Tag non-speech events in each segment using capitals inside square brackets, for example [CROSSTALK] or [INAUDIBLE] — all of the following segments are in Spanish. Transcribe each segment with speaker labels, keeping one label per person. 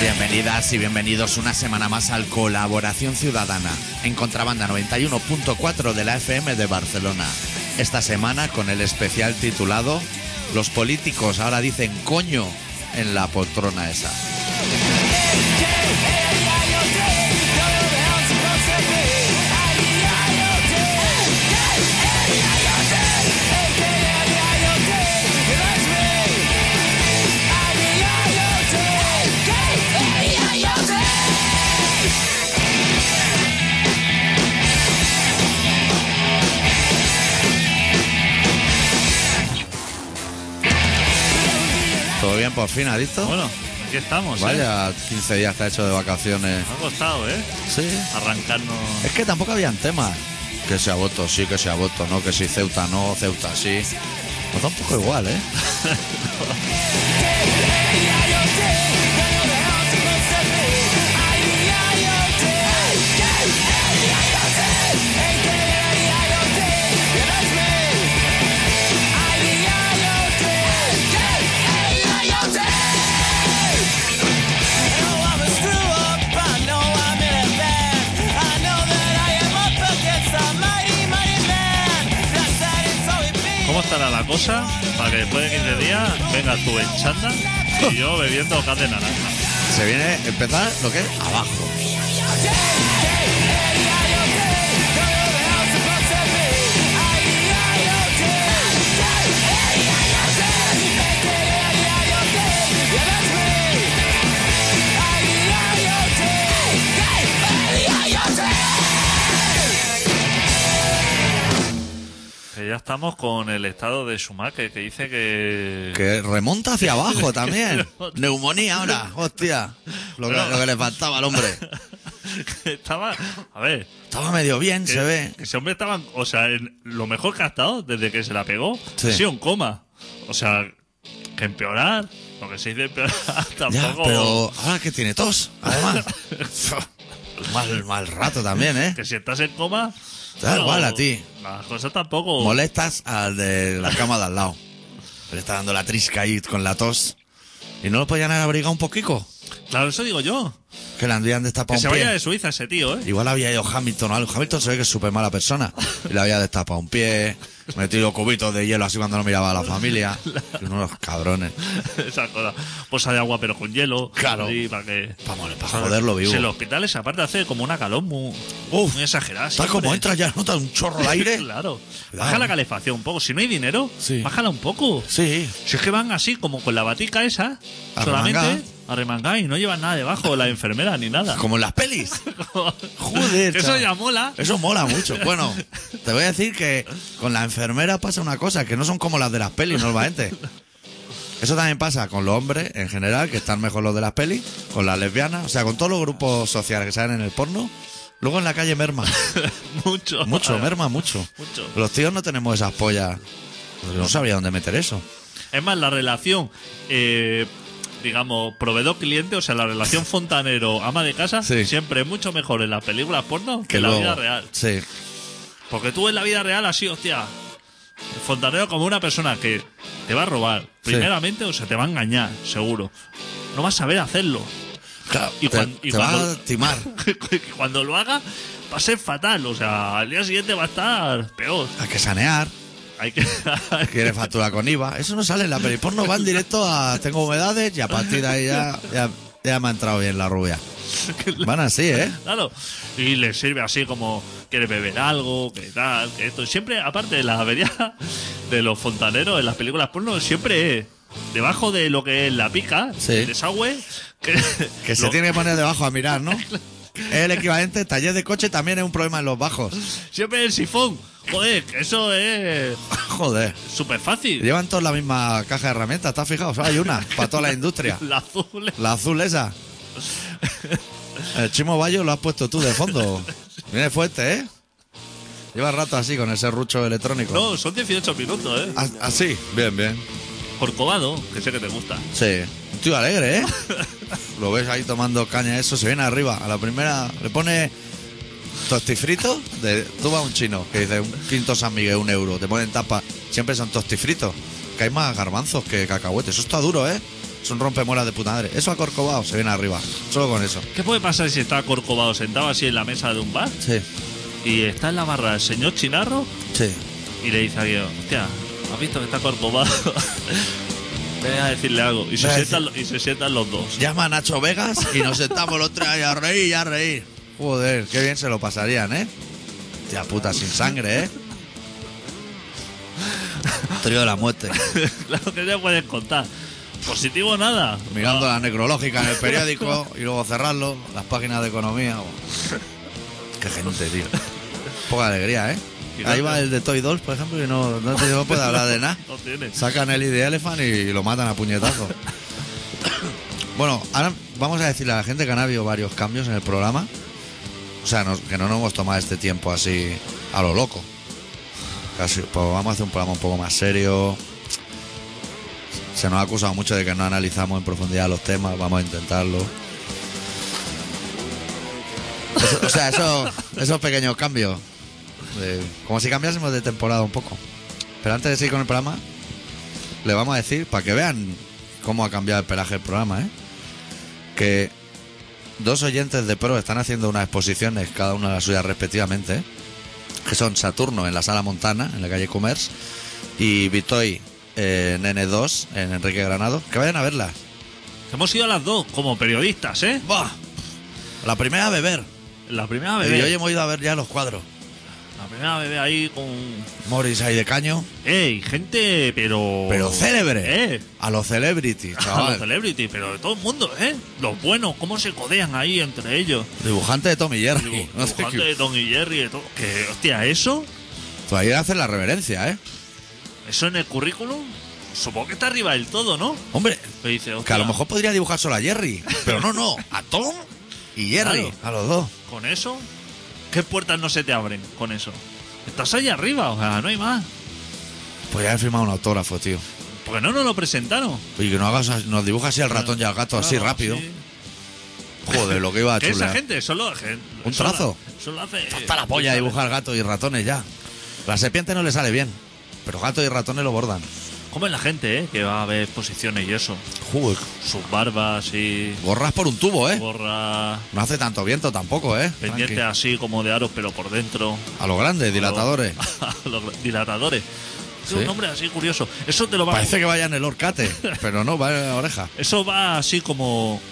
Speaker 1: Bienvenidas y bienvenidos una semana más al Colaboración Ciudadana en Contrabanda 91.4 de la FM de Barcelona. Esta semana con el especial titulado Los políticos ahora dicen coño en la poltrona esa. ¿Todo bien por fin, adicto?
Speaker 2: Bueno, aquí estamos. ¿eh?
Speaker 1: Vaya 15 días te ha hecho de vacaciones.
Speaker 2: Me ha costado, ¿eh?
Speaker 1: Sí.
Speaker 2: Arrancarnos.
Speaker 1: Es que tampoco habían temas. Que sea voto sí, que sea voto no, que si Ceuta no, Ceuta sí. Pues da un poco igual, ¿eh?
Speaker 2: ¿Cómo estará la cosa? Para que después de 15 días venga tú en chanda y yo bebiendo gas de naranja.
Speaker 1: Se viene empezar lo que es abajo.
Speaker 2: Que ya estamos con el estado de Schumacher, que dice que.
Speaker 1: Que remonta hacia
Speaker 2: [LAUGHS]
Speaker 1: abajo también. Neumonía ahora, hostia. Lo que,
Speaker 2: Bueno.
Speaker 1: lo que le faltaba al hombre.
Speaker 2: que [LAUGHS] estaba. A ver.
Speaker 1: Estaba medio bien, se
Speaker 2: que-
Speaker 1: ve.
Speaker 2: que Ese hombre estaba. O sea, en lo mejor que ha estado desde que se la pegó
Speaker 1: Sí.
Speaker 2: ha sido un coma. O sea, que empeorar. Lo que se dice empeorar [LAUGHS] tampoco.
Speaker 1: Ya, pero ahora que tiene tos, además. [LAUGHS] mal, mal rato también, ¿eh?
Speaker 2: Que si estás en coma.
Speaker 1: Te da igual a ti.
Speaker 2: Las cosas tampoco.
Speaker 1: Molestas al de la cama de al lado. Le está dando la trisca ahí con la tos. ¿Y no lo podían haber abrigado un poquito?
Speaker 2: Claro, eso digo yo.
Speaker 1: Que le habían destapado
Speaker 2: Que
Speaker 1: un
Speaker 2: se
Speaker 1: pie.
Speaker 2: vaya de Suiza ese
Speaker 1: [LAUGHS]
Speaker 2: tío, ¿eh?
Speaker 1: Igual había ido Hamilton o algo. Hamilton se ve que es súper mala persona. Y le había destapado un pie, metido cubitos de hielo así cuando no miraba a la
Speaker 2: [LAUGHS]
Speaker 1: familia. Y unos cabrones.
Speaker 2: Esa cosa. Posa de agua pero con hielo.
Speaker 1: Claro.
Speaker 2: Así, para que...
Speaker 1: Vamos, para joderlo vivo.
Speaker 2: Si en los hospitales aparte hace como una calor muy, muy exagerada.
Speaker 1: Tal
Speaker 2: siempre.
Speaker 1: como entras ya nota un chorro al aire.
Speaker 2: [LAUGHS] claro.
Speaker 1: Claro.
Speaker 2: Baja la calefacción un poco. Si no hay dinero,
Speaker 1: Sí.
Speaker 2: bájala un poco.
Speaker 1: Sí.
Speaker 2: Si es que van así como con la batica esa,
Speaker 1: Arremangada.
Speaker 2: solamente arremangada y no llevan nada debajo, la enfermera ni nada.
Speaker 1: Como en las
Speaker 2: [LAUGHS]
Speaker 1: pelis. Joder,
Speaker 2: Que Eso
Speaker 1: chaval. Eh,
Speaker 2: ya mola.
Speaker 1: Eso mola mucho. Bueno, te voy a decir que con la enfermera pasa una cosa, que no son como las de las pelis normalmente. Eso también pasa con los hombres en general, que están mejor los de las pelis, con las lesbianas, o sea, con todos los grupos sociales que salen en el porno. Luego en la calle merma.
Speaker 2: Mucho. [LAUGHS]
Speaker 1: Mucho, merma mucho.
Speaker 2: Mucho.
Speaker 1: Los tíos no tenemos esas pollas. No sabría dónde meter eso.
Speaker 2: Es más, la relación, eh, digamos, proveedor-cliente, o sea, la relación fontanero-ama de casa,
Speaker 1: Sí.
Speaker 2: siempre es mucho mejor en las películas porno que
Speaker 1: Que
Speaker 2: en la
Speaker 1: luego-
Speaker 2: vida real.
Speaker 1: Sí.
Speaker 2: Porque tú en la vida real así, hostia, el fontanero como una persona que te va a robar, primeramente, o sea, te va a engañar, seguro. No vas a saber hacerlo. [LAUGHS]
Speaker 1: Claro,
Speaker 2: Y
Speaker 1: te,
Speaker 2: cuan- y
Speaker 1: te va
Speaker 2: cuando-
Speaker 1: a timar.
Speaker 2: Y Cuando lo haga, va a ser fatal, o sea, al día siguiente va a estar peor.
Speaker 1: Hay que sanear.
Speaker 2: Hay que... [LAUGHS]
Speaker 1: Quiere factura con IVA. Eso no sale en la peli porno, van directo a tengo humedades y a partir de ahí ya, ya, ya me ha entrado bien la rubia. Van así, ¿eh?
Speaker 2: Claro. Y le sirve así como quieres beber algo, que tal, que esto. Y Siempre, aparte de las averías [LAUGHS] de los fontaneros en las películas porno, siempre es debajo de lo que es la pica,
Speaker 1: Sí.
Speaker 2: el desagüe, [LAUGHS] que,
Speaker 1: Que se
Speaker 2: lo-
Speaker 1: tiene que poner debajo a mirar, ¿no? Es el equivalente, taller de coche también es un problema en los bajos.
Speaker 2: siempre el sifón. Joder, que eso es
Speaker 1: Joder.
Speaker 2: súper fácil.
Speaker 1: Llevan todos la misma caja de herramientas, ¿estás fijado? Solo hay una para toda la industria.
Speaker 2: [LAUGHS] La azul.
Speaker 1: La azul esa. El Chimo Bayo lo has puesto tú de fondo. Viene fuerte, ¿eh? Lleva rato así con ese rucho electrónico. Ah,
Speaker 2: No, son 18 minutos, ¿eh?
Speaker 1: A- Así. Bien, bien.
Speaker 2: Corcovado, que sé que te gusta.
Speaker 1: Sí. Un tío alegre, ¿eh? Lo ves ahí tomando caña, eso se viene arriba. A la primera le pone tostifrito, de, tú vas a un chino que dice un quinto San Miguel, un euro, te ponen tapa, siempre son tostifritos, que hay más garbanzos que cacahuetes, eso está duro, ¿eh? Es un rompemuelas de puta madre. Eso acorcobado se viene arriba. Solo con eso.
Speaker 2: ¿Qué puede pasar si está corcovado sentado así en la mesa de un bar
Speaker 1: Sí,
Speaker 2: y está en la barra el señor Chinarro
Speaker 1: sí.
Speaker 2: y le dice a Guido, hostia, ¿has visto que está corcovado? [LAUGHS] Ve a decirle algo. Y se,
Speaker 1: Ve a
Speaker 2: sientan, lo- y se sientan los dos. [LAUGHS]
Speaker 1: Llama a Nacho Vegas y nos sentamos los tres ahí a reír y a reír. Joder, qué bien se lo pasarían, ¿eh? Tía puta, sin sangre, ¿eh? Trío de la muerte.
Speaker 2: claro que ya puedes contar. Positivo nada.
Speaker 1: Mirando la necrológica en el periódico y luego cerrarlo, las páginas de economía. o- Qué gente, tío. Poca alegría, ¿eh? Ahí va el de Toy Dolls, por ejemplo, y no, no, se puede hablar de nada.
Speaker 2: No tienes.
Speaker 1: Sacan el de Elephant y lo matan a puñetazos. bueno, ahora vamos a decirle a la gente que han habido varios cambios en el programa. O sea, nos- que no nos hemos tomado este tiempo así a lo loco. Casi, pues vamos a hacer un programa un poco más serio. Se nos ha acusado mucho de que no analizamos en profundidad los temas. Vamos a intentarlo. Eso- o sea, eso- esos pequeños cambios. de- como si cambiásemos de temporada un poco. Pero antes de seguir con el programa, le vamos a decir, para que vean cómo ha cambiado el pelaje del programa, ¿eh? que dos oyentes de Pro están haciendo unas exposiciones, cada una la suya respectivamente, ¿eh? que son Saturno en la Sala Montana, en la calle Commerce, y Vitoy eh, en N2, en Enrique Granado. Que vayan a verlas.
Speaker 2: Hemos ido a las dos como periodistas, ¿eh?
Speaker 1: ¡Buah! La primera a beber.
Speaker 2: La primera
Speaker 1: Y hoy
Speaker 2: bebé.
Speaker 1: hemos ido a ver ya los cuadros.
Speaker 2: La primera bebé ahí con.
Speaker 1: Morris ahí de caño.
Speaker 2: ¡Ey! Gente, pero.
Speaker 1: Pero célebre.
Speaker 2: Oh. ¡Eh!
Speaker 1: A los
Speaker 2: [LAUGHS]
Speaker 1: celebrities,
Speaker 2: A los
Speaker 1: chaval.
Speaker 2: celebrities, pero de todo el mundo, ¿eh? Los buenos, cómo se codean ahí entre
Speaker 1: [LAUGHS]
Speaker 2: ellos.
Speaker 1: Dibujante de Tommy Jerry.
Speaker 2: Dibu-
Speaker 1: [LAUGHS] No sé
Speaker 2: dibujante
Speaker 1: qué-
Speaker 2: de Don y Jerry, de todo. Que, hostia, eso,
Speaker 1: Todavía hacen la reverencia, ¿eh?
Speaker 2: eso en el currículum, supongo que está arriba del todo, ¿no?
Speaker 1: Hombre,
Speaker 2: Que dice,
Speaker 1: que
Speaker 2: hostia,
Speaker 1: a lo mejor podría dibujar solo a Jerry. Pero no, no, a Tom y Jerry.
Speaker 2: Claro.
Speaker 1: A los dos.
Speaker 2: con eso, ¿qué puertas no se te abren con eso? Estás ahí arriba, o sea, no hay más.
Speaker 1: Podría haber firmado un autógrafo, tío.
Speaker 2: Porque no nos lo presentaron.
Speaker 1: Y que no hagas, nos dibuja así al ratón y al gato, así
Speaker 2: Claro,
Speaker 1: rápido.
Speaker 2: sí.
Speaker 1: Joder, lo [LAUGHS] que iba a
Speaker 2: Que esa
Speaker 1: chulear.
Speaker 2: gente solo. gen-
Speaker 1: Un
Speaker 2: solo-
Speaker 1: trazo.
Speaker 2: Solo hace.
Speaker 1: Está la polla dibujar gatos y ratones ya. La serpiente no le sale bien. Pero gatos y ratones lo bordan.
Speaker 2: ¿Cómo es la gente, eh? Que va a ver exposiciones y eso.
Speaker 1: Joder,
Speaker 2: Sus barbas y.
Speaker 1: borras por un tubo, ¿eh?
Speaker 2: gorra.
Speaker 1: No hace tanto viento tampoco, ¿eh?
Speaker 2: Pendiente
Speaker 1: Tranqui.
Speaker 2: así como de aros, pero por dentro.
Speaker 1: A los grandes, dilatadores.
Speaker 2: [LAUGHS] Los dilatadores. Es un
Speaker 1: Sí.
Speaker 2: nombre así curioso. Eso te lo va
Speaker 1: Parece que vaya en el horcate, pero no, va en la oreja.
Speaker 2: Eso va así como.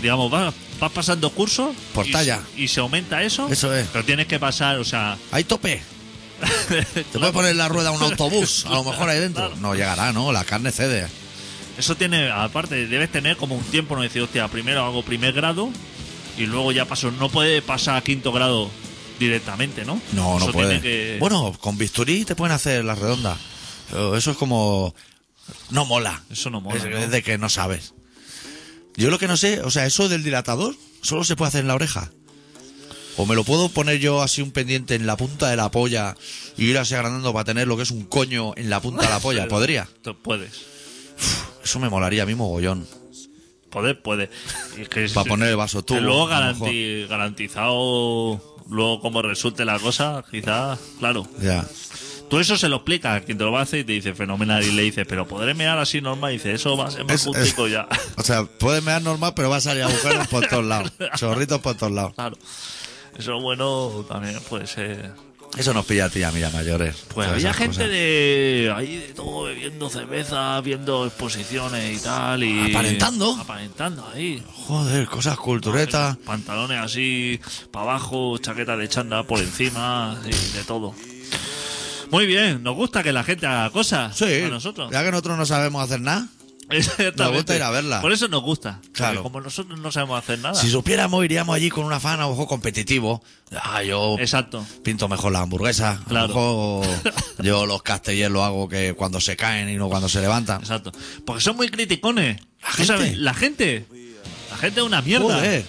Speaker 2: Digamos, va- vas pasando cursos.
Speaker 1: Por
Speaker 2: y
Speaker 1: talla.
Speaker 2: se- Y, se aumenta eso.
Speaker 1: Eso es.
Speaker 2: Pero tienes que pasar, o sea.
Speaker 1: Hay tope. Te puedes
Speaker 2: claro,
Speaker 1: poner en la rueda un autobús, a lo mejor ahí dentro.
Speaker 2: Claro.
Speaker 1: No llegará, ¿no? La carne cede.
Speaker 2: Eso tiene, aparte, debes tener como un tiempo, no decir, hostia, primero hago primer grado y luego ya paso. No puede pasar a quinto grado directamente, ¿no?
Speaker 1: No, no
Speaker 2: Eso
Speaker 1: puede.
Speaker 2: Tiene que,
Speaker 1: Bueno, con bisturí te pueden hacer las redondas. Pero Eso es como. No mola.
Speaker 2: Eso no mola,
Speaker 1: Es,
Speaker 2: ¿no?
Speaker 1: es de que no sabes. Yo lo que no sé, o sea, eso del dilatador solo se puede hacer en la oreja. O me lo puedo poner yo así un pendiente en la punta de la polla y ir así agrandando para tener lo que es un coño en la punta de la
Speaker 2: [LAUGHS]
Speaker 1: polla. Podría.
Speaker 2: Tú puedes.
Speaker 1: Eso me molaría a mí mogollón.
Speaker 2: Poder, puede. Y
Speaker 1: [LAUGHS]
Speaker 2: es que-
Speaker 1: Para poner el vaso tú.
Speaker 2: que luego
Speaker 1: a lo
Speaker 2: garanti- garantizado, luego como resulte la cosa, quizás, claro.
Speaker 1: Ya.
Speaker 2: Tú eso se lo explicas a quien te lo va a hacer y te dice fenomenal y le dices, pero podré mear así normal. Y dice, eso va a ser más
Speaker 1: Es- es-
Speaker 2: justico ya. [LAUGHS]
Speaker 1: O sea, puedes mear normal, pero va a salir agujeros por todos
Speaker 2: [LAUGHS]
Speaker 1: lados. Chorritos por todos lados.
Speaker 2: claro. Eso bueno también puede ser.
Speaker 1: Eso nos pilla a ti y a mí ya mayores.
Speaker 2: Pues
Speaker 1: Todas
Speaker 2: había
Speaker 1: esas
Speaker 2: gente
Speaker 1: cosas.
Speaker 2: de ahí de todo bebiendo cerveza, viendo exposiciones y tal y
Speaker 1: Aparentando.
Speaker 2: aparentando ahí,
Speaker 1: Joder, cosas culturetas.
Speaker 2: pantalones así para abajo, chaqueta de chanda por encima y de todo. Muy bien, nos gusta que la gente haga cosas
Speaker 1: Sí.
Speaker 2: a nosotros.
Speaker 1: Ya que nosotros no sabemos hacer nada.
Speaker 2: [LAUGHS] Exactamente.
Speaker 1: Nos gusta ir a verla.
Speaker 2: Por eso nos gusta. porque
Speaker 1: Claro.
Speaker 2: Como nosotros no sabemos hacer nada.
Speaker 1: Si supiéramos, iríamos allí con un afán a ojo competitivo. Ah, yo
Speaker 2: Exacto.
Speaker 1: pinto mejor la hamburguesa. A
Speaker 2: Claro.
Speaker 1: lo mejor
Speaker 2: [LAUGHS]
Speaker 1: yo los castellers lo hago que cuando se caen y no cuando se levantan.
Speaker 2: Exacto. Porque son muy criticones.
Speaker 1: La
Speaker 2: Tú
Speaker 1: gente.
Speaker 2: sabes, la gente. La gente es una mierda.
Speaker 1: Joder.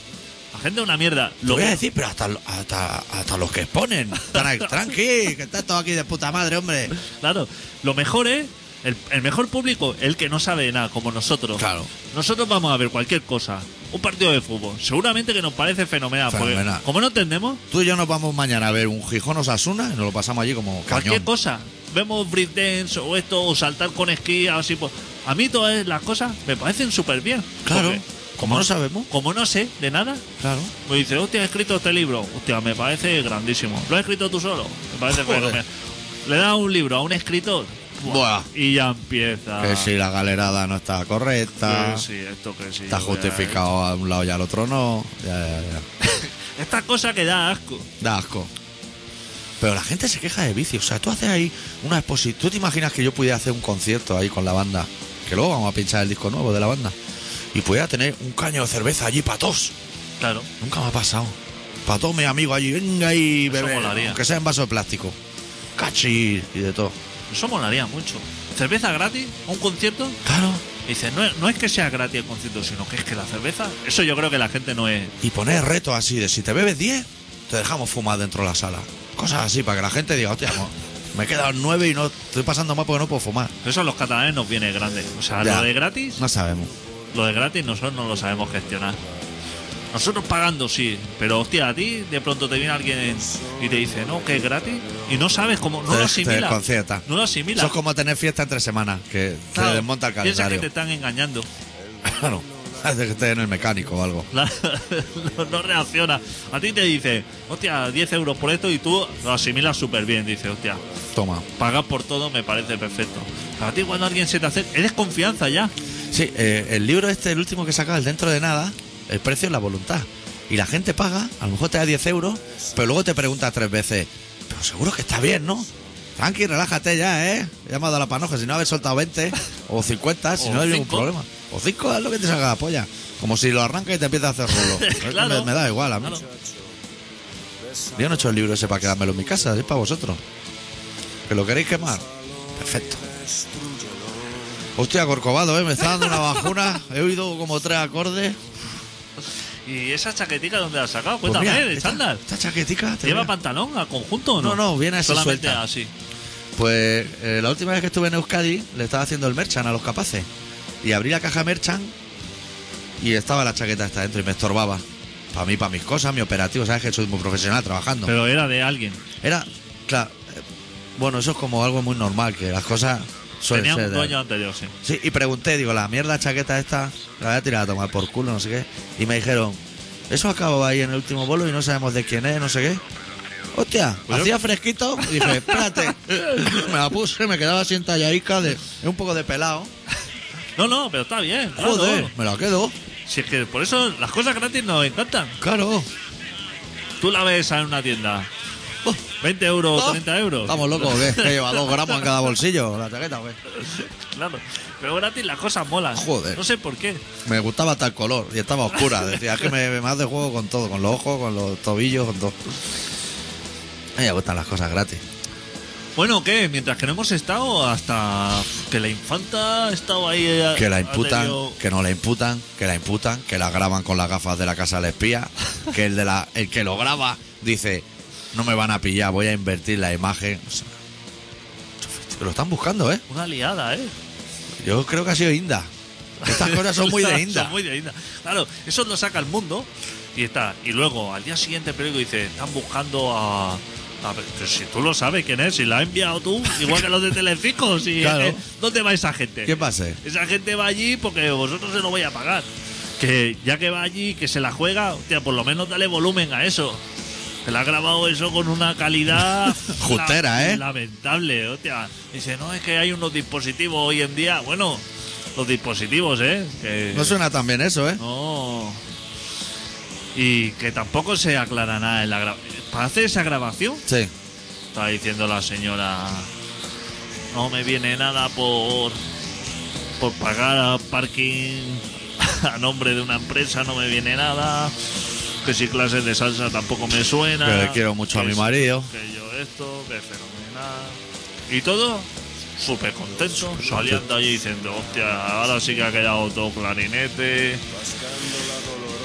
Speaker 2: La gente es una mierda.
Speaker 1: Lo
Speaker 2: Lo
Speaker 1: voy a decir, pero hasta, lo- hasta, hasta los que exponen. Están ahí,
Speaker 2: [LAUGHS]
Speaker 1: tranqui, que está todo aquí de puta madre, hombre.
Speaker 2: Claro, lo mejor es. El, el mejor público, el que no sabe de nada, como nosotros.
Speaker 1: Claro.
Speaker 2: Nosotros vamos a ver cualquier cosa. Un partido de fútbol. Seguramente que nos parece fenomenal. porque
Speaker 1: Fenomenal.
Speaker 2: como no entendemos,
Speaker 1: Tú y yo nos vamos mañana a ver un Gijón Osasuna y nos lo pasamos allí como
Speaker 2: cualquier
Speaker 1: cañón.
Speaker 2: cosa. Vemos breakdance o esto, o saltar con esquí, así. Pues, A mí todas las cosas me parecen súper bien.
Speaker 1: Claro.
Speaker 2: Porque
Speaker 1: Como no sabemos.
Speaker 2: como no sé de nada,
Speaker 1: Claro.
Speaker 2: me dice, hostia, he escrito este libro. Hostia, me parece grandísimo. Lo has escrito tú solo. Me parece
Speaker 1: Joder.
Speaker 2: fenomenal. Le da un libro a un escritor.
Speaker 1: Buah.
Speaker 2: Y ya empieza.
Speaker 1: Que si la galerada no está correcta.
Speaker 2: Que Ah. sí, esto que sí.
Speaker 1: Está
Speaker 2: que-
Speaker 1: justificado a un lado y al otro no. Ya, ya, ya.
Speaker 2: Esta cosa que da asco.
Speaker 1: Da asco. Pero la gente se queja de vicios. O sea, tú haces ahí una exposición. ¿Tú te imaginas que yo pudiera hacer un concierto ahí con la banda? Que luego vamos a pinchar el disco nuevo de la banda. Y pudiera tener un caño de cerveza allí para todos.
Speaker 2: Claro.
Speaker 1: Nunca me ha pasado. Para todos mis amigos allí. Venga y
Speaker 2: Eso
Speaker 1: beber.
Speaker 2: molaría.
Speaker 1: Aunque sea en vaso de plástico. Cachi y de todo.
Speaker 2: Eso molaría mucho. Cerveza gratis, un concierto.
Speaker 1: Claro.
Speaker 2: Dice, no, es- no es que sea gratis el concierto, sino que es que la cerveza. Eso yo creo que la gente no es.
Speaker 1: Y poner retos así de si te bebes 10, te dejamos fumar dentro de la sala. Cosas así para que la gente diga, hostia, mo- me he quedado 9 y no estoy pasando mal porque no puedo fumar.
Speaker 2: Eso a los catalanes nos viene grande. O sea,
Speaker 1: Ya.
Speaker 2: lo de gratis,
Speaker 1: No sabemos.
Speaker 2: lo de gratis nosotros no lo sabemos gestionar. Nosotros pagando sí, pero hostia, a ti de pronto te viene alguien y te dice, no, que es gratis, y no sabes cómo, no
Speaker 1: Te-
Speaker 2: lo
Speaker 1: te
Speaker 2: asimilas.
Speaker 1: desconcierta.
Speaker 2: No lo asimilas.
Speaker 1: Eso es como tener fiesta entre semanas, que se
Speaker 2: Claro,
Speaker 1: le desmonta el
Speaker 2: Piensas que
Speaker 1: calendario.
Speaker 2: te están engañando. [LAUGHS]
Speaker 1: [LAUGHS] Claro. Hace que esté en el mecánico o algo.
Speaker 2: La- no, no reacciona. A ti te dice, hostia, 10 euros por esto y tú lo asimilas súper bien. Dice, hostia,
Speaker 1: Toma.
Speaker 2: pagar por todo me parece perfecto. A ti cuando alguien se te acerca, eres confianza ya.
Speaker 1: Sí, eh, el libro este, el último que sacaba, el dentro de nada, el precio es la voluntad. Y la gente paga, a lo mejor te da 10 euros, pero luego te pregunta tres veces, pero seguro que está bien, ¿no? Tranqui, relájate ya, ¿eh? Ya me ha dado la panoja, si no haber soltado 20 o 50, si
Speaker 2: [LAUGHS] O
Speaker 1: no hay ningún
Speaker 2: cinco.
Speaker 1: problema. O 5 es lo que te saca la polla. Como si lo arranca y te empieza a hacer rulo. Es que me-
Speaker 2: Claro.
Speaker 1: me, da igual a mí.
Speaker 2: Claro.
Speaker 1: Yo no he hecho el libro ese para quedármelo en mi casa, es para vosotros. ¿Que lo queréis quemar? Perfecto. Hostia, Corcovado, ¿eh? me está dando una bajona. He oído como tres acordes.
Speaker 2: ¿Y esa chaquetica dónde la has sacado?
Speaker 1: Pues
Speaker 2: Cuéntame,
Speaker 1: mira,
Speaker 2: de
Speaker 1: esta-
Speaker 2: chándal.
Speaker 1: Esta, chaquetica. te
Speaker 2: ¿Lleva
Speaker 1: voy a-
Speaker 2: pantalón a conjunto o
Speaker 1: No,
Speaker 2: no?
Speaker 1: no, viene así
Speaker 2: Solamente
Speaker 1: suelta.
Speaker 2: así.
Speaker 1: Pues eh, la última vez que estuve en Euskadi le estaba haciendo el merchan a los capaces. Y abrí la caja merchan y estaba la chaqueta hasta dentro y me estorbaba. Para mí, para mis cosas, mi operativo. Sabes que soy muy profesional trabajando.
Speaker 2: Pero era de alguien.
Speaker 1: Era, claro, eh, bueno, eso es como algo muy normal, que las cosas suelen
Speaker 2: Tenía
Speaker 1: ser
Speaker 2: un
Speaker 1: de-
Speaker 2: dueño anterior, sí.
Speaker 1: Sí, y pregunté, digo, la mierda chaqueta esta, la voy a tirar a tomar por culo, no sé qué. Y me dijeron, eso acabó ahí en el último bolo y no sabemos de quién es, no sé qué. Hostia,
Speaker 2: Pues yo-
Speaker 1: hacía fresquito y dije,
Speaker 2: [LAUGHS]
Speaker 1: espérate. me la puse, me quedaba así en tallaica, de, un poco de pelado.
Speaker 2: No, Ah, no, pero está bien. claro.
Speaker 1: Joder, me la quedo.
Speaker 2: Si es que por eso las cosas gratis nos encantan.
Speaker 1: Claro.
Speaker 2: Tú la ves en una tienda.
Speaker 1: Oh,
Speaker 2: 20 euros,
Speaker 1: oh.
Speaker 2: 30 euros.
Speaker 1: Estamos locos, ¿qué? Que lleva dos gramos en cada bolsillo la chaqueta, ¿o qué?
Speaker 2: [LAUGHS] Claro. Pero gratis las cosas molan.
Speaker 1: Joder.
Speaker 2: No sé por qué.
Speaker 1: Me gustaba tal color y estaba
Speaker 2: [LAUGHS]
Speaker 1: oscura. Decía, es que me, me hace juego con todo, con los ojos, con los tobillos, con todo. A ella le gustan las cosas gratis.
Speaker 2: Bueno, ¿qué? Mientras que no hemos estado hasta que la infanta ha estado ahí. eh,
Speaker 1: Que la
Speaker 2: ha
Speaker 1: imputan,
Speaker 2: tenido-
Speaker 1: que no la imputan, que la imputan, que la graban con las gafas de la casa del
Speaker 2: [LAUGHS]
Speaker 1: espía, que el de la, el que lo graba dice, no me van a pillar, voy a invertir la imagen. O sea, lo están buscando, ¿eh?
Speaker 2: Una liada, ¿eh?
Speaker 1: Yo creo que ha sido Inda. Estas cosas son
Speaker 2: [LAUGHS]
Speaker 1: muy de Inda.
Speaker 2: Son muy de Inda. Claro, eso lo saca el mundo y está. Y luego al día siguiente el periódico dice, están buscando a. a- pero si tú lo sabes quién es, si la has enviado tú, igual que los de Telecinco,
Speaker 1: [LAUGHS]
Speaker 2: si
Speaker 1: Claro.
Speaker 2: eh, ¿dónde va esa gente?
Speaker 1: ¿Qué pasa? eh?
Speaker 2: Esa gente va allí porque vosotros se lo voy a pagar. Que ya que va allí, que se la juega, hostia, por lo menos dale volumen a eso. Se la ha grabado eso con una calidad.
Speaker 1: Justera,
Speaker 2: la-
Speaker 1: ¿eh?
Speaker 2: Lamentable, hostia. Dice, no, es que hay unos dispositivos hoy en día. Bueno, los dispositivos, ¿eh? Que-
Speaker 1: No suena tan bien eso, ¿eh?
Speaker 2: no. Y que tampoco se aclara nada en la gra- Para hacer esa grabación,
Speaker 1: Sí.
Speaker 2: estaba diciendo la señora, no me viene nada por, por pagar a parking [LAUGHS] a nombre de una empresa, no me viene nada. Que si clases de salsa tampoco me suena.
Speaker 1: Que le quiero mucho a
Speaker 2: que
Speaker 1: mi
Speaker 2: si-
Speaker 1: marido.
Speaker 2: Que yo esto, que fenomenal. Y todo súper contento, saliendo allí diciendo, hostia, ahora sí que ha quedado todo clarinete.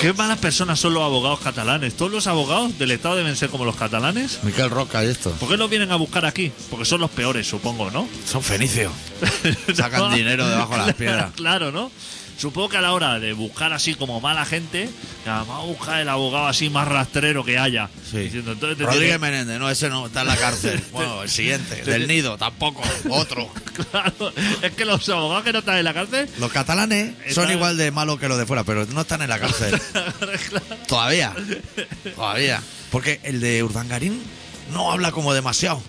Speaker 2: Qué malas personas son los abogados catalanes. Todos los abogados del Estado deben ser como los catalanes.
Speaker 1: Miquel Roca y esto.
Speaker 2: ¿Por qué los vienen a buscar aquí? Porque son los peores, supongo, ¿no?
Speaker 1: Son fenicios. [LAUGHS] Sacan
Speaker 2: [LAUGHS]
Speaker 1: dinero debajo de las piedras.
Speaker 2: Claro, ¿no? Supongo que a la hora de buscar así como mala gente, vamos a buscar el abogado así más rastrero que haya.
Speaker 1: Sí.
Speaker 2: Diciendo, entonces te
Speaker 1: Rodríguez
Speaker 2: tiene-
Speaker 1: Menéndez, no, ese no, está en la cárcel. Bueno, el siguiente, del nido, tampoco, otro.
Speaker 2: [LAUGHS] Claro, es que los abogados que no están en la cárcel
Speaker 1: Los catalanes son
Speaker 2: Están-
Speaker 1: igual de malos que los de fuera, pero no están en la
Speaker 2: [LAUGHS]
Speaker 1: cárcel. Todavía. Todavía. Porque el de Urdangarín no habla como demasiado.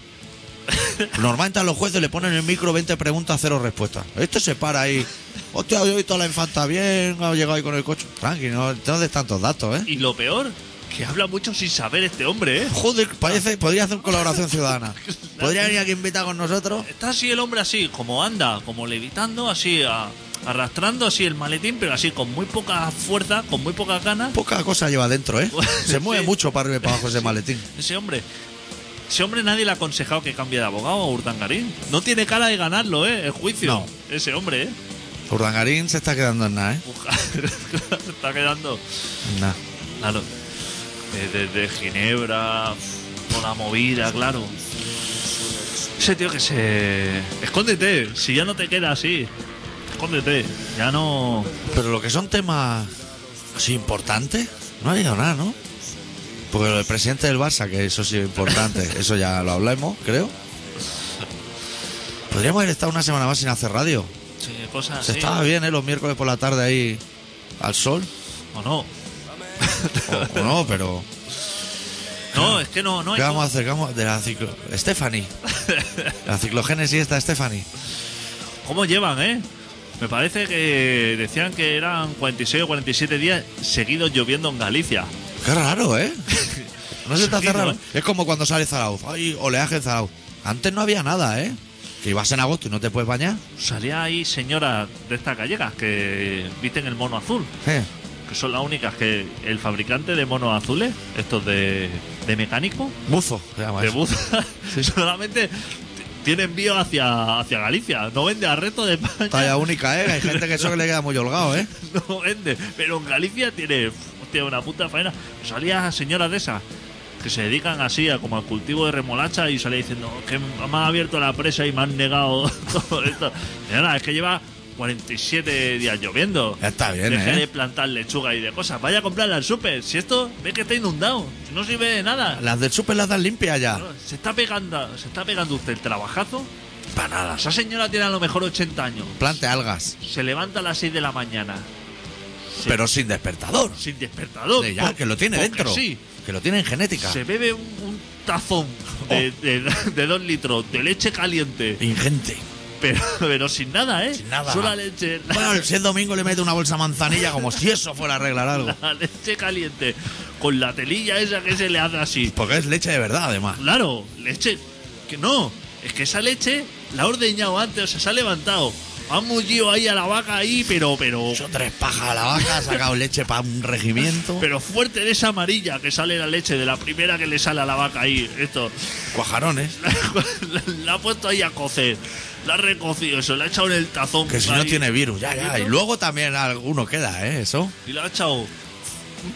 Speaker 1: Normalmente a los jueces le ponen en el micro 20 preguntas, cero respuestas. Este se para ahí. Hostia, hoy he visto a la infanta bien, ha llegado ahí con el coche. Tranqui, no, no des tantos datos, ¿eh?
Speaker 2: Y lo peor, que habla mucho sin saber este hombre, ¿eh?
Speaker 1: Joder, parece, podría hacer colaboración ciudadana. Podría venir aquí invitado con nosotros.
Speaker 2: Está así el hombre así, como anda, como levitando, así, a- arrastrando así el maletín, pero así con muy poca fuerza, con muy pocas ganas.
Speaker 1: Poca cosa lleva dentro, ¿eh? Se mueve
Speaker 2: Sí.
Speaker 1: mucho para arriba y para abajo ese maletín.
Speaker 2: Ese hombre. Ese hombre nadie le ha aconsejado que cambie de abogado a Urdangarín. No tiene cara de ganarlo, ¿eh? El juicio. Ese hombre, ¿eh?
Speaker 1: Urdangarín se está quedando en nada, ¿eh?
Speaker 2: Se [LAUGHS] está quedando.
Speaker 1: Nada.
Speaker 2: Claro. Desde Ginebra, con la movida, claro. Ese tío que se. Escóndete, si ya no te queda así. Escóndete, ya no.
Speaker 1: Pero lo que son temas así importantes, no ha llegado nada, ¿no? Porque lo del presidente del Barça, que eso sí es [LAUGHS] importante, eso ya lo hablamos, creo. Podríamos haber estado una semana más sin hacer radio.
Speaker 2: Sí, cosas
Speaker 1: Se
Speaker 2: así.
Speaker 1: estaba bien, ¿eh? Los miércoles por la tarde ahí al [LAUGHS] sol.
Speaker 2: O no.
Speaker 1: O, o no, pero.
Speaker 2: No, es que no, no.
Speaker 1: ¿Qué
Speaker 2: hay-
Speaker 1: vamos a hacer? ¿Qué vamos a- De la ciclo. Stephanie. La ciclogénesis está Stephanie.
Speaker 2: ¿Cómo llevan, eh? Me parece que decían que eran 46 o 47 días seguidos lloviendo en Galicia.
Speaker 1: Qué raro,
Speaker 2: [LAUGHS]
Speaker 1: ¿eh? No se te hace
Speaker 2: Sí, ¿no?
Speaker 1: raro. Es como cuando sale Zarauz. Ay, oleaje en Zarauz. Antes no había nada, ¿eh? Que ibas en agosto y no te puedes bañar.
Speaker 2: Salía ahí señoras de estas gallegas que visten el mono azul,
Speaker 1: ¿Eh?
Speaker 2: que son las únicas que el fabricante de monos azules, estos de, de mecánico,
Speaker 1: Buzo, se llama
Speaker 2: de
Speaker 1: eso.
Speaker 2: [LAUGHS] buza, solamente t- tiene envío hacia, hacia Galicia. No vende al resto de España.
Speaker 1: Talla única, ¿eh? Hay gente que eso que le queda muy holgado, ¿eh?
Speaker 2: [LAUGHS] no vende. Pero en Galicia tiene hostia, una puta faena. Salía señoras de esas que se dedican así a como al cultivo de remolacha y salía diciendo que me han abierto la presa y me han negado [LAUGHS] todo esto. Señora, es que lleva 47 días lloviendo.
Speaker 1: Ya está bien,
Speaker 2: Deje de
Speaker 1: ¿eh?
Speaker 2: plantar lechuga y de cosas. Vaya a comprarla al súper. Si esto ve que está inundado, no sirve de nada.
Speaker 1: Las del super las dan limpias ya.
Speaker 2: No, Se está pegando, se está pegando usted el trabajazo para nada. Esa señora tiene a lo mejor 80 años.
Speaker 1: Plante algas,
Speaker 2: Se levanta a las 6 de la mañana. Se-
Speaker 1: pero sin despertador.
Speaker 2: sin despertador.
Speaker 1: De ya,
Speaker 2: por-
Speaker 1: que lo tiene
Speaker 2: porque
Speaker 1: dentro.
Speaker 2: Sí,
Speaker 1: Que lo tiene en genética.
Speaker 2: se bebe un, un tazón de,
Speaker 1: Oh.
Speaker 2: de- de dos litros de leche caliente,
Speaker 1: Ingente.
Speaker 2: pero, [LAUGHS] pero sin nada, ¿eh?
Speaker 1: Sin nada.
Speaker 2: Solo la leche, la,
Speaker 1: Bueno, si el domingo le mete una bolsa de manzanilla como si eso fuera a arreglar algo.
Speaker 2: la leche caliente, con la telilla esa que se le hace así.
Speaker 1: Porque es leche de verdad, además.
Speaker 2: Claro, leche. Que no, es que esa leche la ha ordeñado antes, o sea, se ha levantado. Ha mullido ahí a la vaca ahí, pero, pero,
Speaker 1: Son tres pajas a la vaca, ha sacado leche para un regimiento.
Speaker 2: pero fuerte de esa amarilla que sale la leche de la primera que le sale a la vaca ahí. Esto.
Speaker 1: Cuajarones.
Speaker 2: La, [LAUGHS] la ha puesto ahí a cocer. La ha recocido eso, la ha echado en el tazón.
Speaker 1: Que si no
Speaker 2: ahí,
Speaker 1: tiene virus, ya, ya. Y luego también alguno queda, ¿eh? Eso.
Speaker 2: Y la ha echado un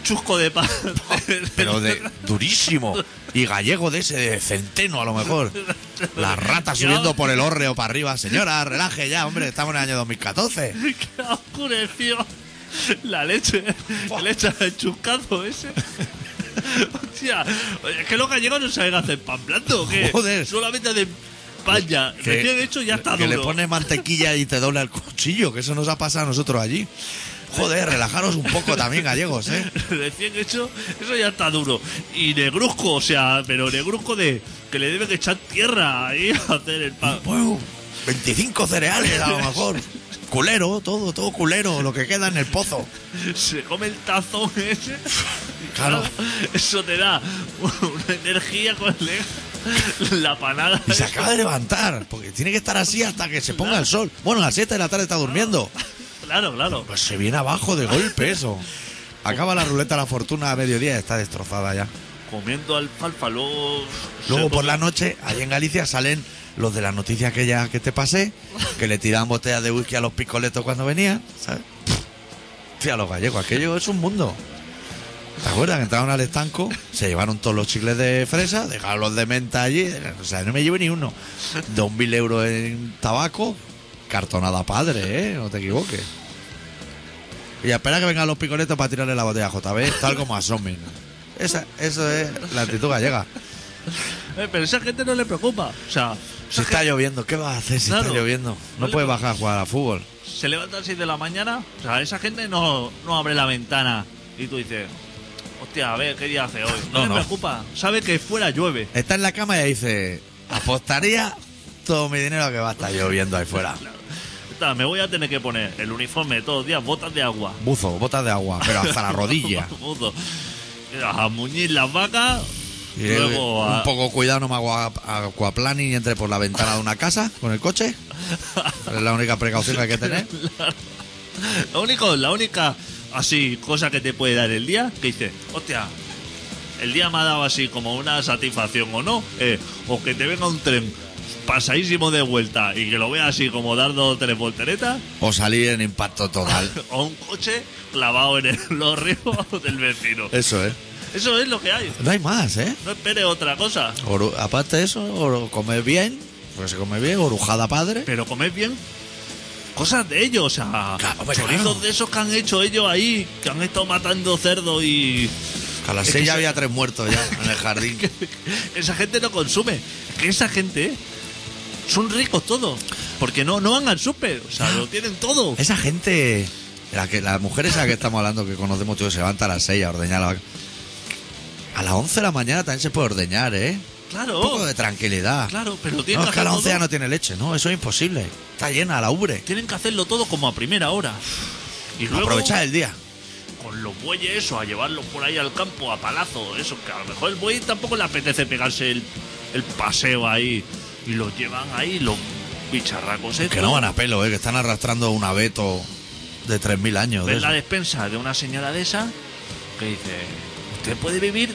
Speaker 2: chusco de pan.
Speaker 1: [LAUGHS] Pero de durísimo. Y gallego de ese, de centeno a lo mejor. La rata subiendo por el hórreo para arriba. Señora, relaje ya, hombre, estamos en el año 2014.
Speaker 2: Que ha oscurecido la leche.
Speaker 1: Buah.
Speaker 2: Le echa el chuscazo ese. [LAUGHS] Hostia, oye, es que los gallegos no saben hacer pan blando. que
Speaker 1: Joder.
Speaker 2: Solamente de pan ya.
Speaker 1: Que-
Speaker 2: Recién hecho ya está
Speaker 1: que le
Speaker 2: duro.
Speaker 1: pone mantequilla y te dobla el cuchillo, que eso nos ha pasado a nosotros allí. Joder, relajaros un poco también, gallegos, ¿eh?
Speaker 2: [LAUGHS] Recién hecho, eso ya está duro. Y negruzco, o sea, pero negruzco de que le debe que echar tierra ahí a hacer el pan.
Speaker 1: Bueno, 25 cereales a lo mejor. Culero, todo, todo culero, lo que queda en el pozo.
Speaker 2: se come el tazón ese. y
Speaker 1: Claro.
Speaker 2: [LAUGHS] Eso te da una energía con le- la panada.
Speaker 1: Y se acaba de levantar, porque tiene que estar así hasta que se ponga el sol. Bueno, a las 7 de la tarde está durmiendo.
Speaker 2: Claro, claro.
Speaker 1: Pues se viene abajo de golpe eso. Acaba la ruleta de la fortuna a mediodía, está destrozada ya.
Speaker 2: Comiendo alfalfa, luego.
Speaker 1: Luego
Speaker 2: se
Speaker 1: por la
Speaker 2: come-
Speaker 1: noche, allí en Galicia salen los de la noticia aquella que te pasé, que le tiraban botellas de whisky a los picoletos cuando venían, ¿sabes? Pff, Tía, los gallegos, aquello es un mundo. ¿Te acuerdas que entraron al estanco? Se llevaron todos los chicles de fresa, dejaron los de menta allí. O sea, no me llevo ni uno. Dos mil euros en tabaco, cartonada padre, ¿eh? No te equivoques. Y espera que vengan los picoletos para tirarle la botella a JB, tal como a Somin. Esa, eso es la actitud gallega.
Speaker 2: Eh, pero esa gente no le preocupa. O sea,
Speaker 1: Si
Speaker 2: esa
Speaker 1: está
Speaker 2: gente
Speaker 1: lloviendo, ¿qué vas a hacer si
Speaker 2: Claro.
Speaker 1: está lloviendo?
Speaker 2: No
Speaker 1: No
Speaker 2: le
Speaker 1: puedes
Speaker 2: pa-
Speaker 1: bajar a jugar a fútbol.
Speaker 2: se levanta a las 6 de la mañana. O sea, esa gente no, no abre la ventana. Y tú dices, hostia, a ver qué día hace hoy. No,
Speaker 1: No,
Speaker 2: le
Speaker 1: no.
Speaker 2: preocupa. Sabe que fuera llueve.
Speaker 1: Está en la cama y dice, apostaría todo mi dinero a que va a estar lloviendo ahí fuera.
Speaker 2: Está, me voy a tener que poner el uniforme todos los días, botas de agua.
Speaker 1: Buzo, botas de agua, pero hasta la
Speaker 2: [LAUGHS]
Speaker 1: rodilla.
Speaker 2: Buzo. A muñir las vacas.
Speaker 1: Y
Speaker 2: luego ah,
Speaker 1: el-
Speaker 2: a,
Speaker 1: un poco cuidado, no me hago a- aquaplaning y entre por la ventana de una casa con el
Speaker 2: [LAUGHS]
Speaker 1: coche. Es la única precaución que hay que tener.
Speaker 2: Lo único, la única así cosa que te puede dar el día, que dices, hostia, el día me ha dado así como una satisfacción o no, eh, o que te venga un tren pasadísimo de vuelta y que lo veas así como dar dos o tres volteretas,
Speaker 1: O salir en impacto total.
Speaker 2: [LAUGHS] o un coche clavado en el- los ríos del vecino.
Speaker 1: Eso es.
Speaker 2: Eso ¿eh? es lo que hay.
Speaker 1: No hay más, ¿eh?
Speaker 2: No esperes otra cosa.
Speaker 1: Oru- aparte de eso, oru- comer bien, porque se come bien, orujada padre.
Speaker 2: Pero comer bien cosas de ellos, o sea,
Speaker 1: Claro, hombre,
Speaker 2: chorizos
Speaker 1: claro.
Speaker 2: de esos que han hecho ellos ahí, que han estado matando cerdo y [LAUGHS]
Speaker 1: A las
Speaker 2: Es que
Speaker 1: seis ya
Speaker 2: se-
Speaker 1: había tres muertos ya en el
Speaker 2: [LAUGHS]
Speaker 1: jardín.
Speaker 2: Esa gente no consume. Es Que esa gente son ricos todos. Porque no, no van al súper. O sea, lo tienen todo.
Speaker 1: Esa gente, la, que, la mujer esa que estamos hablando, que conocemos todos, se levanta a las 6 a ordeñar la vaca. A las 11 de la mañana también se puede ordeñar, ¿eh? Un poco
Speaker 2: Claro.
Speaker 1: de tranquilidad.
Speaker 2: Claro, pero lo tienen,
Speaker 1: No, es
Speaker 2: que
Speaker 1: que a las
Speaker 2: hacer
Speaker 1: 11
Speaker 2: todo.
Speaker 1: ya no tiene leche, no, eso es imposible. Está llena la ubre.
Speaker 2: tienen que hacerlo todo como a primera hora. Y luego,
Speaker 1: Aprovechar el día.
Speaker 2: con los bueyes, eso, a llevarlos por ahí al campo, a palazo. Eso, que a lo mejor el buey tampoco le apetece pegarse el, el paseo ahí. Y los llevan ahí, los bicharracos.
Speaker 1: Que no van a pelo, ¿eh? Que están arrastrando un abeto de 3.000 años. de
Speaker 2: ves la
Speaker 1: eso.
Speaker 2: despensa de una señora de esa que dice, usted puede vivir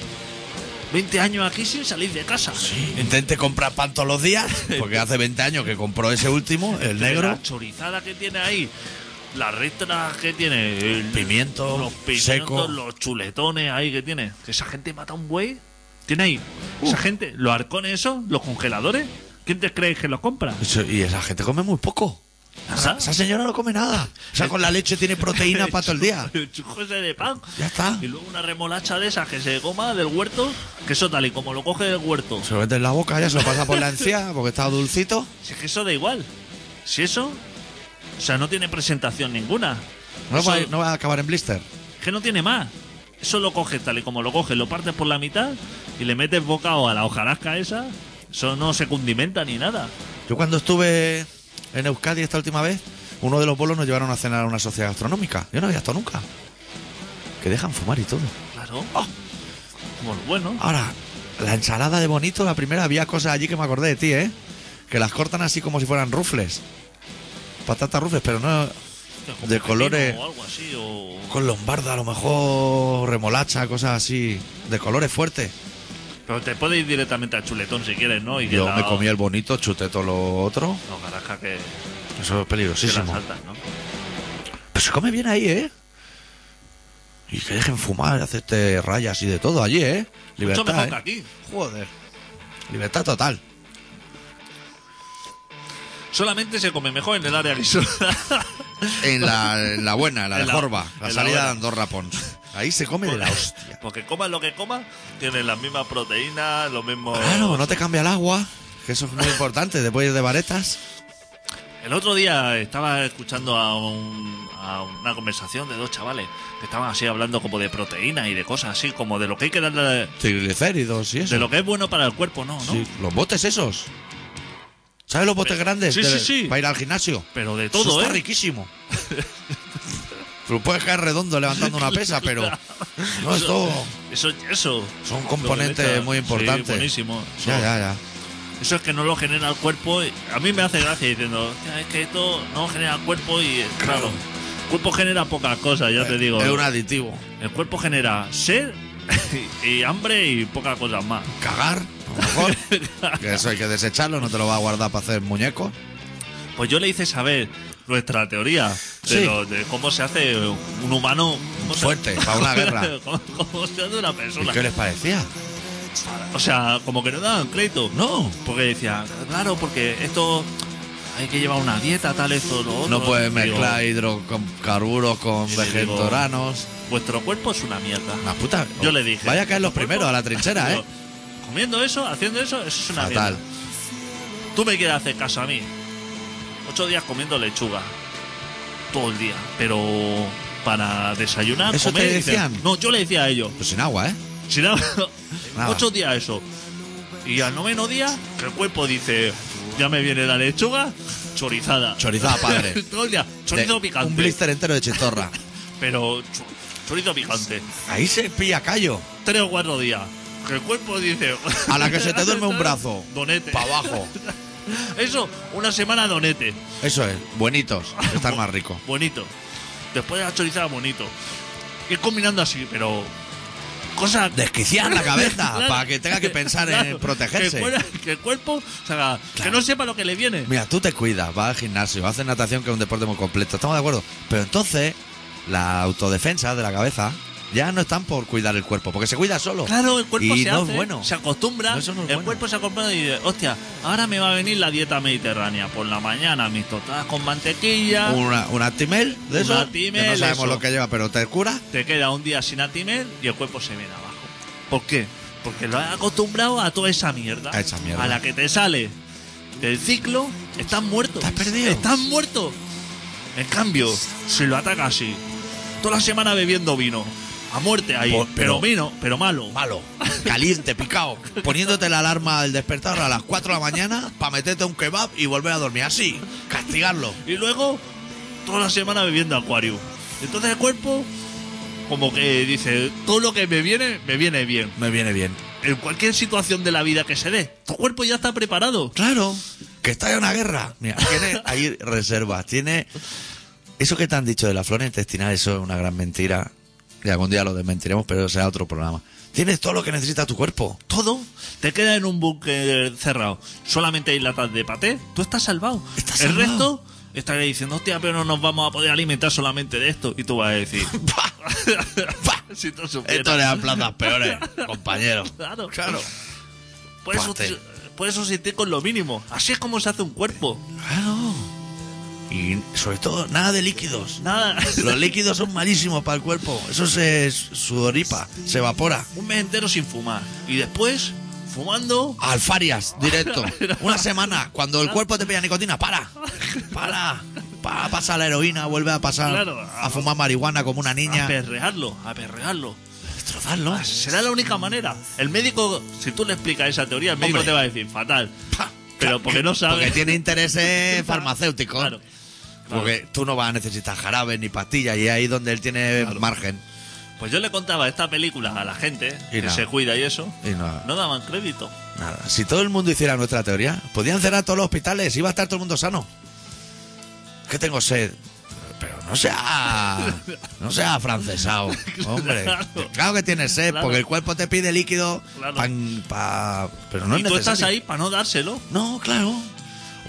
Speaker 2: 20 años aquí sin salir de casa.
Speaker 1: Intente comprar pan todos los días, porque hace 20 años que compró ese último, el
Speaker 2: Entre
Speaker 1: negro.
Speaker 2: La chorizada que tiene ahí, las restras que tiene, el-
Speaker 1: Pimiento,
Speaker 2: los pimientos,
Speaker 1: seco.
Speaker 2: los chuletones ahí que tiene. Que esa gente mata a un buey. Tiene ahí. Esa gente, los arcones esos, los congeladores. ¿Quién te crees que los compra?
Speaker 1: Eso- Y esa gente come muy poco. Esa,
Speaker 2: Nada.
Speaker 1: esa señora no come nada. O sea, con la leche tiene
Speaker 2: [LAUGHS]
Speaker 1: proteína para todo el día.
Speaker 2: El chujo ese de pan.
Speaker 1: Ya está.
Speaker 2: Y luego una remolacha de esas que se coma del huerto, que eso tal y como lo coge del huerto.
Speaker 1: Se lo mete en la boca, ya se lo pasa por la encía porque está dulcito.
Speaker 2: Si es que eso da igual. Si eso. O sea, no tiene presentación ninguna.
Speaker 1: No pues,
Speaker 2: Eso-
Speaker 1: va, no va a acabar en blister.
Speaker 2: Que no tiene más. Eso lo coges tal y como lo coges, lo partes por la mitad y le metes bocado a la hojarasca esa. Eso no se condimenta ni nada.
Speaker 1: Yo cuando estuve en Euskadi esta última vez, uno de los bolos nos llevaron a cenar a una sociedad gastronómica. Yo no había estado nunca. Que dejan fumar y todo.
Speaker 2: Claro. Ah. Bueno, bueno.
Speaker 1: Ahora, la ensalada de bonito, la primera, había cosas allí que me acordé de ti, ¿eh? Que las cortan así como si fueran rufles. Patatas rufles, pero no
Speaker 2: Como
Speaker 1: de
Speaker 2: pepino
Speaker 1: colores-
Speaker 2: O algo así, o.
Speaker 1: con lombarda, a lo mejor remolacha, cosas así, de colores fuertes.
Speaker 2: Pero te puedes ir directamente al chuletón si quieres, ¿no? Y que
Speaker 1: Yo
Speaker 2: la-
Speaker 1: me comí el bonito, chuté todo lo otro.
Speaker 2: La hojarasca que, que
Speaker 1: Eso es
Speaker 2: la
Speaker 1: peligrosísimo.
Speaker 2: saltas, ¿no?
Speaker 1: Pero se come bien ahí, ¿eh? Y que dejen fumar, hacerte rayas y de todo allí, ¿eh?
Speaker 2: Mucho mejor
Speaker 1: Libertad,
Speaker 2: que
Speaker 1: ¿eh?
Speaker 2: aquí.
Speaker 1: Joder. Libertad total.
Speaker 2: Solamente se come mejor en el área [LAUGHS] visual.
Speaker 1: En la, en la buena, en la
Speaker 2: [LAUGHS] En
Speaker 1: de
Speaker 2: la-
Speaker 1: Jorba, la,
Speaker 2: en la
Speaker 1: salida
Speaker 2: buena. Pues-
Speaker 1: de Andorra Pons. Ahí se come de la hostia.
Speaker 2: Porque comas lo que comas, tienes las mismas proteínas, los mismos.
Speaker 1: Claro, no te cambia el agua, que eso es muy importante, te puedes ir de varetas.
Speaker 2: El otro día estaba escuchando a, un- a una conversación de dos chavales que estaban así hablando como de proteína y de cosas así, como de lo que hay que darle,
Speaker 1: Triglicéridos y eso.
Speaker 2: de lo que es bueno para el cuerpo, ¿no? ¿no?
Speaker 1: Sí, los botes esos. ¿Sabes los botes
Speaker 2: Pe-
Speaker 1: grandes?
Speaker 2: sí, sí, sí.
Speaker 1: Para ir al gimnasio.
Speaker 2: Pero de
Speaker 1: Eso
Speaker 2: todo,
Speaker 1: está
Speaker 2: ¿eh? [LAUGHS]
Speaker 1: riquísimo. Pero puedes caer redondo levantando una pesa, pero no es todo.
Speaker 2: Eso, eso.
Speaker 1: Son componentes muy importantes.
Speaker 2: Sí, buenísimo. Eso,
Speaker 1: Ya, ya, ya.
Speaker 2: eso es que no lo genera el cuerpo. y- A mí me hace gracia diciendo, "Hostia, es que esto no genera el cuerpo y. eh, Claro. El cuerpo genera pocas cosas, ya te digo.
Speaker 1: Eh, Es un aditivo.
Speaker 2: El cuerpo genera sed [LAUGHS] y hambre y pocas cosas más.
Speaker 1: Cagar, a lo mejor.
Speaker 2: [LAUGHS]
Speaker 1: que eso hay que desecharlo, no te lo vas a guardar para hacer muñecos.
Speaker 2: Pues yo le hice saber nuestra teoría de,
Speaker 1: Sí.
Speaker 2: lo- de cómo se hace un humano sea,
Speaker 1: fuerte para una
Speaker 2: [LAUGHS]
Speaker 1: guerra.
Speaker 2: como, como sea de una
Speaker 1: ¿Y
Speaker 2: persona.
Speaker 1: qué les parecía?
Speaker 2: O sea, como que no daban crédito.
Speaker 1: No.
Speaker 2: Porque decía, claro, porque esto hay que llevar una dieta, tal, esto, lo otro.
Speaker 1: No puedes
Speaker 2: Digo,
Speaker 1: mezclar hidrocarburos con
Speaker 2: Sí,
Speaker 1: vegetarianos.
Speaker 2: Vuestro cuerpo es una mierda.
Speaker 1: Una puta.
Speaker 2: Yo le dije.
Speaker 1: Vaya a caer los
Speaker 2: "Vuestro
Speaker 1: primeros a la
Speaker 2: cuerpo-"
Speaker 1: trinchera,
Speaker 2: Digo,
Speaker 1: ¿eh?
Speaker 2: Comiendo eso, haciendo eso, eso es una
Speaker 1: Fatal.
Speaker 2: mierda. Tú me quieres hacer caso a mí. Ocho días comiendo lechuga. Todo el día. Pero para desayunar,
Speaker 1: ¿Eso te
Speaker 2: comer. y cenar.
Speaker 1: decían?
Speaker 2: No, yo le decía a ellos.
Speaker 1: Pues sin agua, ¿eh?
Speaker 2: Si no,
Speaker 1: Nada.
Speaker 2: ocho días eso. Y al noveno día, que el cuerpo dice, ya me viene la lechuga chorizada.
Speaker 1: Chorizada, padre.
Speaker 2: [LAUGHS] Todo el día, chorizo
Speaker 1: De-
Speaker 2: picante.
Speaker 1: Un blister entero de
Speaker 2: [LAUGHS]
Speaker 1: chistorra.
Speaker 2: Pero cho- chorizo picante.
Speaker 1: Ahí se pilla callo.
Speaker 2: Tres o cuatro días. Que el cuerpo dice...
Speaker 1: A
Speaker 2: [LAUGHS]
Speaker 1: la que se te duerme un brazo.
Speaker 2: Donete.
Speaker 1: Para abajo.
Speaker 2: Eso, una semana donete.
Speaker 1: Eso es. Buenitos. Estar más rico.
Speaker 2: Bonito. Después de la chorizada, bonito. Ir combinando así, pero... Cosas
Speaker 1: Desquiciar la cabeza
Speaker 2: [LAUGHS] Claro,
Speaker 1: para que tenga que pensar
Speaker 2: claro,
Speaker 1: en protegerse.
Speaker 2: Que, fuera- que el cuerpo, o sea, que no sepa lo que le viene.
Speaker 1: Mira, tú te cuidas, vas al gimnasio, haces natación, que es un deporte muy completo, estamos de acuerdo. Pero entonces, la autodefensa de la cabeza ya no están por cuidar el cuerpo, porque se cuida solo.
Speaker 2: Claro, el cuerpo
Speaker 1: y
Speaker 2: se
Speaker 1: no
Speaker 2: hace,
Speaker 1: es bueno.
Speaker 2: se acostumbra,
Speaker 1: No, eso no es
Speaker 2: el
Speaker 1: bueno.
Speaker 2: cuerpo se acostumbra y dice, hostia, ahora me va a venir la dieta mediterránea por la mañana, mis tostadas con mantequilla,
Speaker 1: Una, un actimel de
Speaker 2: Un
Speaker 1: eso,
Speaker 2: Actimel,
Speaker 1: que no sabemos
Speaker 2: eso.
Speaker 1: lo que lleva, pero te cura.
Speaker 2: te queda un día sin atimel y el cuerpo se viene abajo. ¿Por qué? Porque lo has acostumbrado a toda esa mierda.
Speaker 1: A esa mierda.
Speaker 2: A la que te sale del ciclo, estás muerto.
Speaker 1: Estás perdido.
Speaker 2: Estás muerto. En cambio, si lo atacas así, toda la semana bebiendo vino, a muerte ahí,
Speaker 1: Por- pero-
Speaker 2: pero, vino, pero malo.
Speaker 1: Malo, caliente, picado, poniéndote la alarma al despertar a las 4 de la mañana para meterte un kebab y volver a dormir. Así, castigarlo.
Speaker 2: Y luego, toda la semana bebiendo acuario. Entonces el cuerpo, como que dice, todo lo que me viene, me viene bien.
Speaker 1: Me viene bien.
Speaker 2: En cualquier situación de la vida que se dé, tu cuerpo ya está preparado.
Speaker 1: Claro, que está en una guerra. Mira, tiene ahí reservas, tiene... Eso que te han dicho de la flora intestinal, eso es una gran mentira. Y algún día lo desmentiremos, pero será otro programa. Tienes todo lo que necesita tu cuerpo.
Speaker 2: Todo te queda en un búnker cerrado. Solamente hay latas de paté. Tú estás salvado.
Speaker 1: Estás
Speaker 2: El
Speaker 1: salvado.
Speaker 2: resto estaré diciendo, hostia, pero no nos vamos a poder alimentar solamente de esto. Y tú vas
Speaker 1: [LAUGHS]
Speaker 2: a decir, si tú supieras.
Speaker 1: Esto le dan plazas peores, compañero.
Speaker 2: Claro.
Speaker 1: Claro.
Speaker 2: Puedes
Speaker 1: Pastel.
Speaker 2: sosti- puedes subsistir con lo mínimo. Así es como se hace un cuerpo.
Speaker 1: Claro. Y sobre todo, nada de líquidos.
Speaker 2: Nada.
Speaker 1: Los líquidos son malísimos para el cuerpo. Eso se sudoripa, se evapora.
Speaker 2: un mes entero sin fumar y después fumando
Speaker 1: Alfarias, directo. Una semana. Cuando el cuerpo te pilla nicotina, para. Para. Para, pasa la heroína, vuelve a pasar
Speaker 2: Claro.
Speaker 1: a fumar marihuana como una
Speaker 2: a
Speaker 1: niña.
Speaker 2: perrearlo, a perrearlo.
Speaker 1: Destrozarlo.
Speaker 2: Será la única manera. El médico, si tú le explicas esa teoría, el médico
Speaker 1: Hombre.
Speaker 2: te va a decir fatal.
Speaker 1: Pa.
Speaker 2: Pero porque no sabe.
Speaker 1: Porque tiene intereses farmacéuticos.
Speaker 2: Claro. claro.
Speaker 1: Porque tú no vas a necesitar jarabes ni pastillas y ahí donde él tiene
Speaker 2: Claro.
Speaker 1: margen.
Speaker 2: Pues yo le contaba esta película a la gente
Speaker 1: Y
Speaker 2: que
Speaker 1: nada.
Speaker 2: se cuida y eso.
Speaker 1: Y no-
Speaker 2: No daban crédito.
Speaker 1: nada. Si todo el mundo hiciera nuestra teoría, podían cerrar todos los hospitales, iba a estar todo el mundo sano. Que tengo sed. Pero no sea. No sea afrancesado. Hombre.
Speaker 2: [LAUGHS] Claro.
Speaker 1: Claro, que tienes sed,
Speaker 2: Claro.
Speaker 1: porque el cuerpo te pide líquido.
Speaker 2: Claro.
Speaker 1: pa- pa- pero no
Speaker 2: y
Speaker 1: es
Speaker 2: tú
Speaker 1: necesario.
Speaker 2: estás ahí para no dárselo.
Speaker 1: No, claro.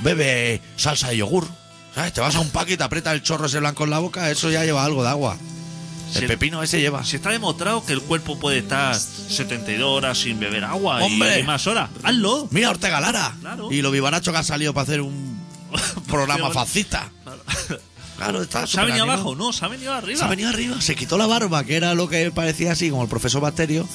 Speaker 1: Bebe salsa de yogur. ¿Sabes? Te vas a un paquete y te aprieta el chorro ese blanco en la boca, eso ya lleva algo de agua. El
Speaker 2: Sí.
Speaker 1: pepino ese lleva.
Speaker 2: Si está demostrado que el cuerpo puede estar 72 horas sin beber agua
Speaker 1: Hombre.
Speaker 2: y más horas, hazlo.
Speaker 1: Mira a Ortega Lara.
Speaker 2: Claro.
Speaker 1: Y lo vivaracho que ha salido para hacer un [LAUGHS] programa fascista. [LAUGHS]
Speaker 2: Claro.
Speaker 1: Claro, está
Speaker 2: ¿Se ha venido
Speaker 1: superanimado.
Speaker 2: abajo? No, se ha venido arriba.
Speaker 1: Se ha venido arriba, se quitó la barba, que era lo que parecía así, como el profesor Bacterio,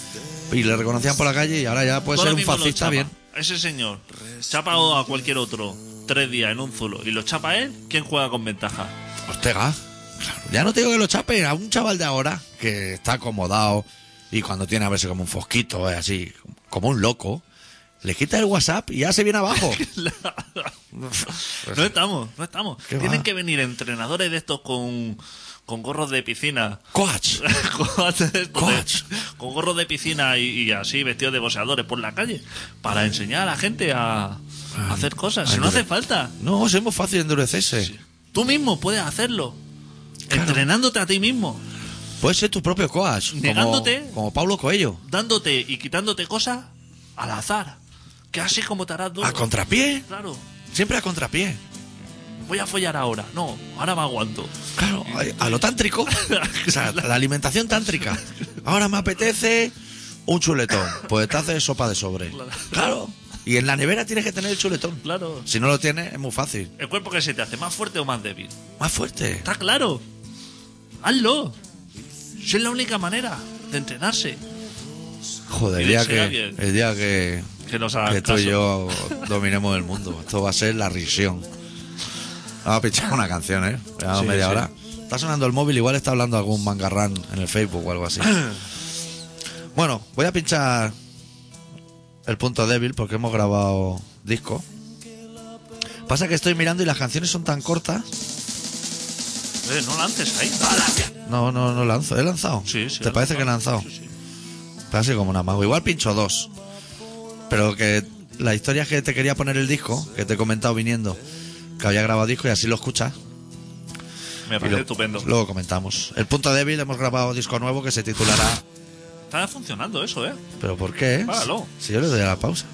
Speaker 1: y le reconocían por la calle, y ahora ya puede
Speaker 2: Tú ahora
Speaker 1: ser un
Speaker 2: mismo lo
Speaker 1: fascista
Speaker 2: chapa.
Speaker 1: bien.
Speaker 2: Ese señor chapa a cualquier otro tres días en un zulo y lo chapa él, ¿quién juega con ventaja?
Speaker 1: Ortega. Claro, Ya no te digo que lo chape a un chaval de ahora que está acomodado y cuando tiene a verse como un fosquito, eh, así, como un loco, le quita el WhatsApp y ya se viene
Speaker 2: [LAUGHS]
Speaker 1: abajo.
Speaker 2: No estamos, no estamos.
Speaker 1: ¿Qué
Speaker 2: Tienen
Speaker 1: va?
Speaker 2: que venir entrenadores de estos con, con gorros de piscina. [LAUGHS]
Speaker 1: Coach.
Speaker 2: con, estos de-
Speaker 1: Coach.
Speaker 2: con gorros de piscina y, y así vestidos de boxeadores por la calle para enseñar a la gente a,
Speaker 1: Ah,
Speaker 2: a hacer cosas.
Speaker 1: ay,
Speaker 2: Si no hace
Speaker 1: dure-
Speaker 2: falta,
Speaker 1: No, es muy fácil endurecerse.
Speaker 2: tú mismo puedes hacerlo.
Speaker 1: Claro.
Speaker 2: Entrenándote a ti mismo.
Speaker 1: Puedes ser tu propio coach. Como,
Speaker 2: Negándote.
Speaker 1: como Pablo Coello.
Speaker 2: dándote y quitándote cosas al azar. Que así como te harás duro.
Speaker 1: A contrapié.
Speaker 2: Claro.
Speaker 1: Siempre a contrapié.
Speaker 2: voy a follar ahora. No, ahora me aguanto.
Speaker 1: Claro, a, a lo
Speaker 2: [LAUGHS]
Speaker 1: tántrico. O sea, la alimentación tántrica. Ahora me apetece un chuletón. Pues te haces sopa de sobre. Claro. Y en la nevera tienes que tener el chuletón.
Speaker 2: Claro.
Speaker 1: Si no lo tienes, es muy fácil.
Speaker 2: ¿El cuerpo que se te hace? ¿Más fuerte o más débil?
Speaker 1: Más fuerte.
Speaker 2: Está claro. Hazlo. Si es la única manera de entrenarse.
Speaker 1: Joder, el
Speaker 2: Que
Speaker 1: día
Speaker 2: no sea
Speaker 1: que,
Speaker 2: bien.
Speaker 1: el día que,
Speaker 2: Que nos hagan
Speaker 1: que tú y
Speaker 2: caso.
Speaker 1: yo dominemos el mundo. Esto va a ser la risión. Vamos a pinchar una canción, ¿eh? Llevamos
Speaker 2: Sí,
Speaker 1: media
Speaker 2: sí.
Speaker 1: hora. Está sonando el móvil, igual está hablando algún mangarrán en el Facebook o algo
Speaker 2: [CLEARS THROAT]
Speaker 1: así. Bueno, voy a pinchar el punto débil porque hemos grabado disco. Pasa que estoy mirando y las canciones son tan cortas.
Speaker 2: Eh, no lances ahí.
Speaker 1: No, no, no lanzo. ¿He lanzado?
Speaker 2: Sí, sí.
Speaker 1: ¿Te
Speaker 2: lanza.
Speaker 1: parece que he lanzado?
Speaker 2: Sí, sí.
Speaker 1: Casi como una mago. Igual pincho dos. Pero que la historia es que te quería poner el disco, que te he comentado viniendo, que había grabado disco y así lo escuchas.
Speaker 2: Me
Speaker 1: Y
Speaker 2: parece
Speaker 1: lo-
Speaker 2: estupendo.
Speaker 1: Luego comentamos. El punto débil, hemos grabado disco nuevo que se titulará.
Speaker 2: Está funcionando eso, ¿eh?
Speaker 1: ¿Pero por qué?
Speaker 2: Páralo.
Speaker 1: Si yo le doy a la pausa.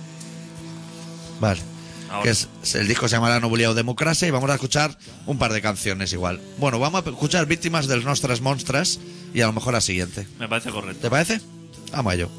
Speaker 1: Vale.
Speaker 2: Ahora.
Speaker 1: Que es- es- el disco se llamará Nobulia o Democracia y vamos a escuchar un par de canciones igual. Bueno, vamos a escuchar Víctimas de Nuestras Monstras y a lo mejor la siguiente.
Speaker 2: Me parece correcto.
Speaker 1: ¿Te parece? Vamos a ello.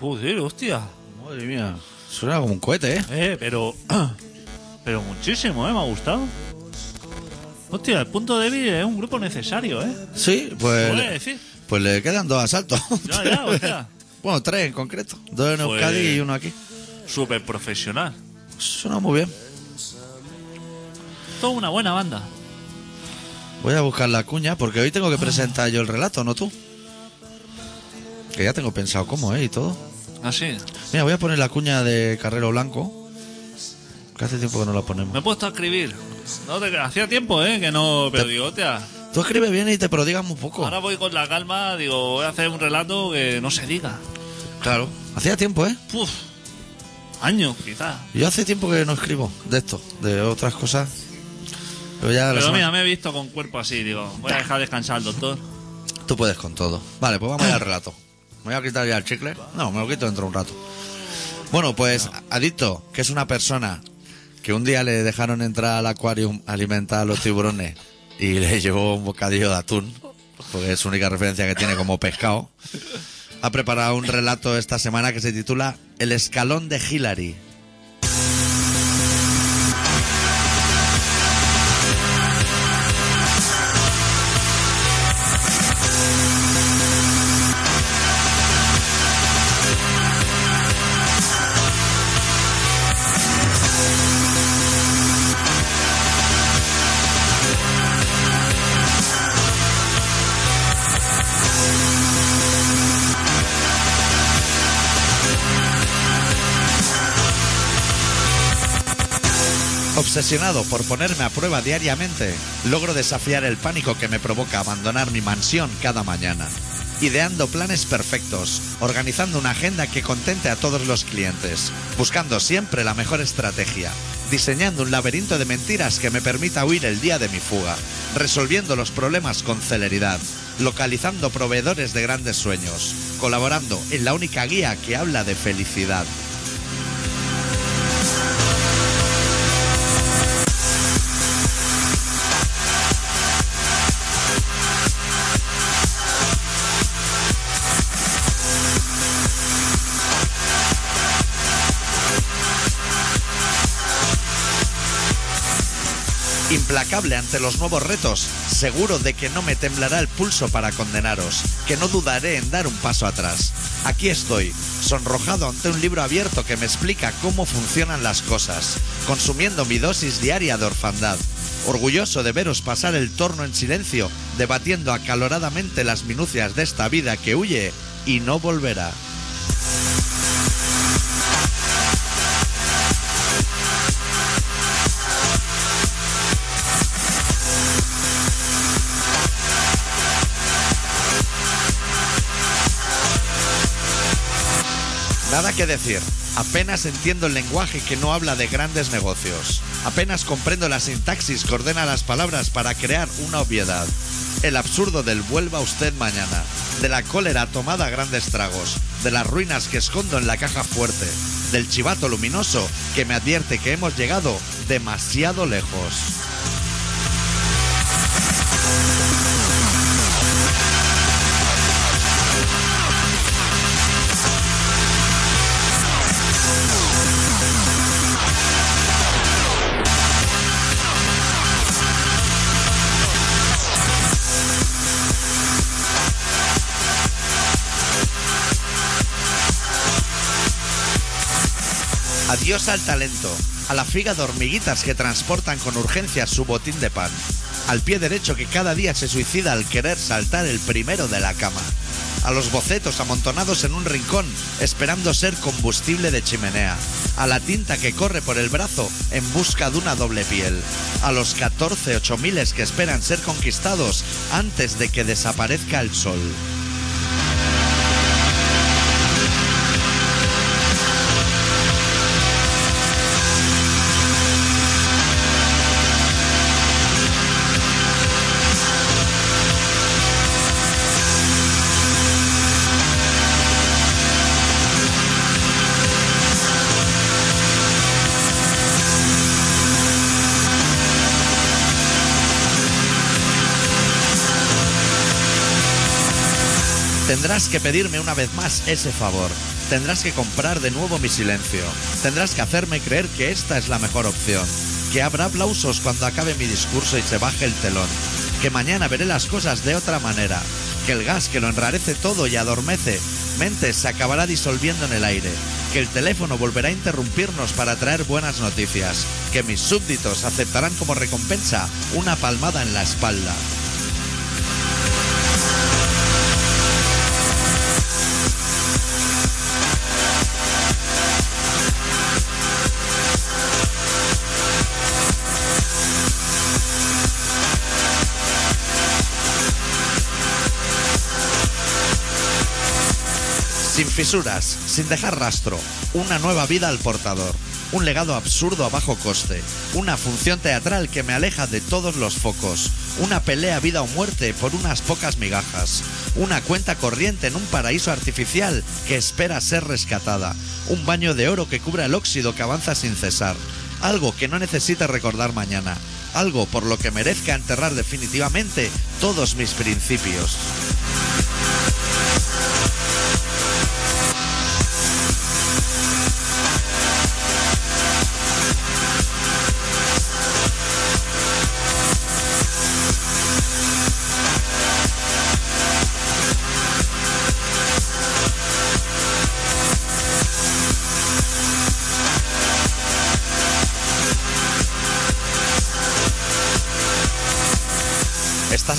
Speaker 2: Joder, hostia.
Speaker 1: Madre mía. Suena como un cohete, ¿eh?
Speaker 2: Eh, pero. [CLEARS THROAT] Pero muchísimo, ¿eh? Me ha gustado. Hostia, el punto débil es un grupo necesario, ¿eh?
Speaker 1: Sí,
Speaker 2: ¿Lo
Speaker 1: pues.
Speaker 2: voy a decir?
Speaker 1: Pues le quedan dos asaltos.
Speaker 2: [LAUGHS] Ya,
Speaker 1: [LAUGHS]
Speaker 2: ya, hostia.
Speaker 1: bueno, tres en concreto. Dos en
Speaker 2: Pues-
Speaker 1: Euskadi y uno aquí.
Speaker 2: Súper profesional.
Speaker 1: Suena muy bien.
Speaker 2: Toda una buena banda.
Speaker 1: Voy a buscar la cuña porque hoy tengo que presentar yo el relato, no tú. Que ya tengo pensado cómo, ¿eh? Y todo.
Speaker 2: Así.
Speaker 1: Mira, voy a poner la cuña de Carrero Blanco. Que hace tiempo que no la
Speaker 2: Me
Speaker 1: ponemos.
Speaker 2: he puesto a escribir. No te creas, hacía tiempo, ¿eh? Que no. Pero digo, hostia.
Speaker 1: Tú escribes bien y te prodigas muy poco.
Speaker 2: Ahora voy con la calma, digo, voy a hacer un relato que no se diga.
Speaker 1: Claro. Hacía tiempo, ¿eh?
Speaker 2: Puf. Años, quizás.
Speaker 1: Yo hace tiempo que no escribo de esto, de otras cosas. Pero ya la
Speaker 2: Pero
Speaker 1: semana-
Speaker 2: mira, me he visto con cuerpo así, digo, voy a dejar descansar al doctor.
Speaker 1: Tú puedes con todo. Vale, pues vamos ya al relato. Me voy a quitar ya el chicle. No, me lo quito dentro de un rato. Bueno, pues Adicto, que es una persona que un día le dejaron entrar al acuario a alimentar a los tiburones y le [LAUGHS] llevó un bocadillo de atún, porque es su única referencia que tiene como pescado, ha preparado un relato esta semana que se titula El escalón de Hillary. Obsesionado por ponerme a prueba diariamente, logro desafiar el pánico que me provoca abandonar mi mansión cada mañana. Ideando planes perfectos, organizando una agenda que contente a todos los clientes, buscando siempre la mejor estrategia, diseñando un laberinto de mentiras que me permita huir el día de mi fuga, resolviendo los problemas con celeridad, localizando proveedores de grandes sueños, colaborando en la única guía que habla de felicidad. implacable ante los nuevos retos, seguro de que no me temblará el pulso para condenaros, que no dudaré en dar un paso atrás. Aquí estoy, sonrojado ante un libro abierto que me explica cómo funcionan las cosas, consumiendo mi dosis diaria de orfandad, orgulloso de veros pasar el torno en silencio, debatiendo acaloradamente las minucias de esta vida que huye y no volverá. Nada que decir. Apenas entiendo el lenguaje que no habla de grandes negocios. Apenas comprendo la sintaxis que ordena las palabras para crear una obviedad. El absurdo del vuelva usted mañana. De la cólera tomada a grandes tragos. De las ruinas que escondo en la caja fuerte. Del chivato luminoso que me advierte que hemos llegado demasiado lejos. Adiós al talento, a la figa de hormiguitas que transportan con urgencia su botín de pan, al pie derecho que cada día se suicida al querer saltar el primero de la cama, a los bocetos amontonados en un rincón esperando ser combustible de chimenea, a la tinta que corre por el brazo en busca de una doble piel, a los 14 ocho miles que esperan ser conquistados antes de que desaparezca el sol. Tendrás que pedirme una vez más ese favor. Tendrás que comprar de nuevo mi silencio. Tendrás que hacerme creer que esta es la mejor opción. Que habrá aplausos cuando acabe mi discurso y se baje el telón. Que mañana veré las cosas de otra manera. Que el gas que lo enrarece todo y adormece mentes se acabará disolviendo en el aire. Que el teléfono volverá a interrumpirnos para traer buenas noticias. Que mis súbditos aceptarán como recompensa una palmada en la espalda. Sin fisuras, sin dejar rastro, una nueva vida al portador, un legado absurdo a bajo coste, una función teatral que me aleja de todos los focos, una pelea vida o muerte por unas pocas migajas, una cuenta corriente en un paraíso artificial que espera ser rescatada, un baño de oro que cubra el óxido que avanza sin cesar, algo que no necesita recordar mañana, algo por lo que merezca enterrar definitivamente todos mis principios. Estás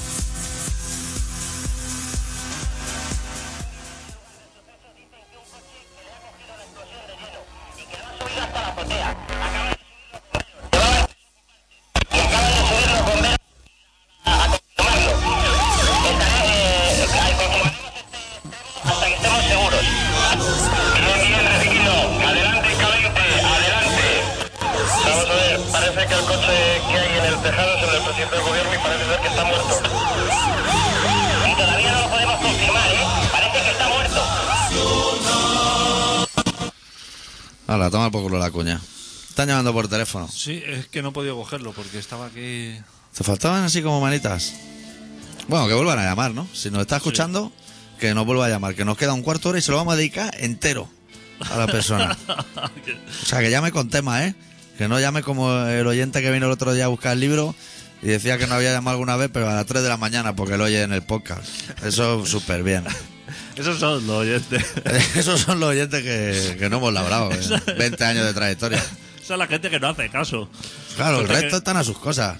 Speaker 3: hasta que estemos seguros. Bien, bien, repitiendo. Adelante, K20, adelante. Vamos a ver, parece que el coche que hay en el tejado es el del presidente del gobierno y parece ser que está muerto. Y todavía no lo podemos confirmar, ¿eh? Parece que está muerto.
Speaker 1: Ahora, toma por culo la cuña. Están llamando por teléfono.
Speaker 2: Sí, es que no he podido cogerlo porque estaba aquí.
Speaker 1: ¿Te faltaban así como manitas? Bueno, que vuelvan a llamar, ¿no? Si nos está escuchando, que nos vuelva a llamar, que nos queda un cuarto de hora y se lo vamos a dedicar entero a la persona. O sea, que llame con tema, ¿eh? Que no llame como el oyente que vino el otro día a buscar el libro y decía que no había llamado alguna vez, pero a las 3 de la mañana porque lo oye en el podcast. Eso súper bien.
Speaker 2: Esos son los oyentes. [LAUGHS]
Speaker 1: [LAUGHS] Esos son los oyentes que, que no hemos labrado. ¿eh? 20 años de trayectoria.
Speaker 2: Esa es la gente que no hace caso.
Speaker 1: Claro, el
Speaker 2: Gente que-
Speaker 1: resto están a sus cosas.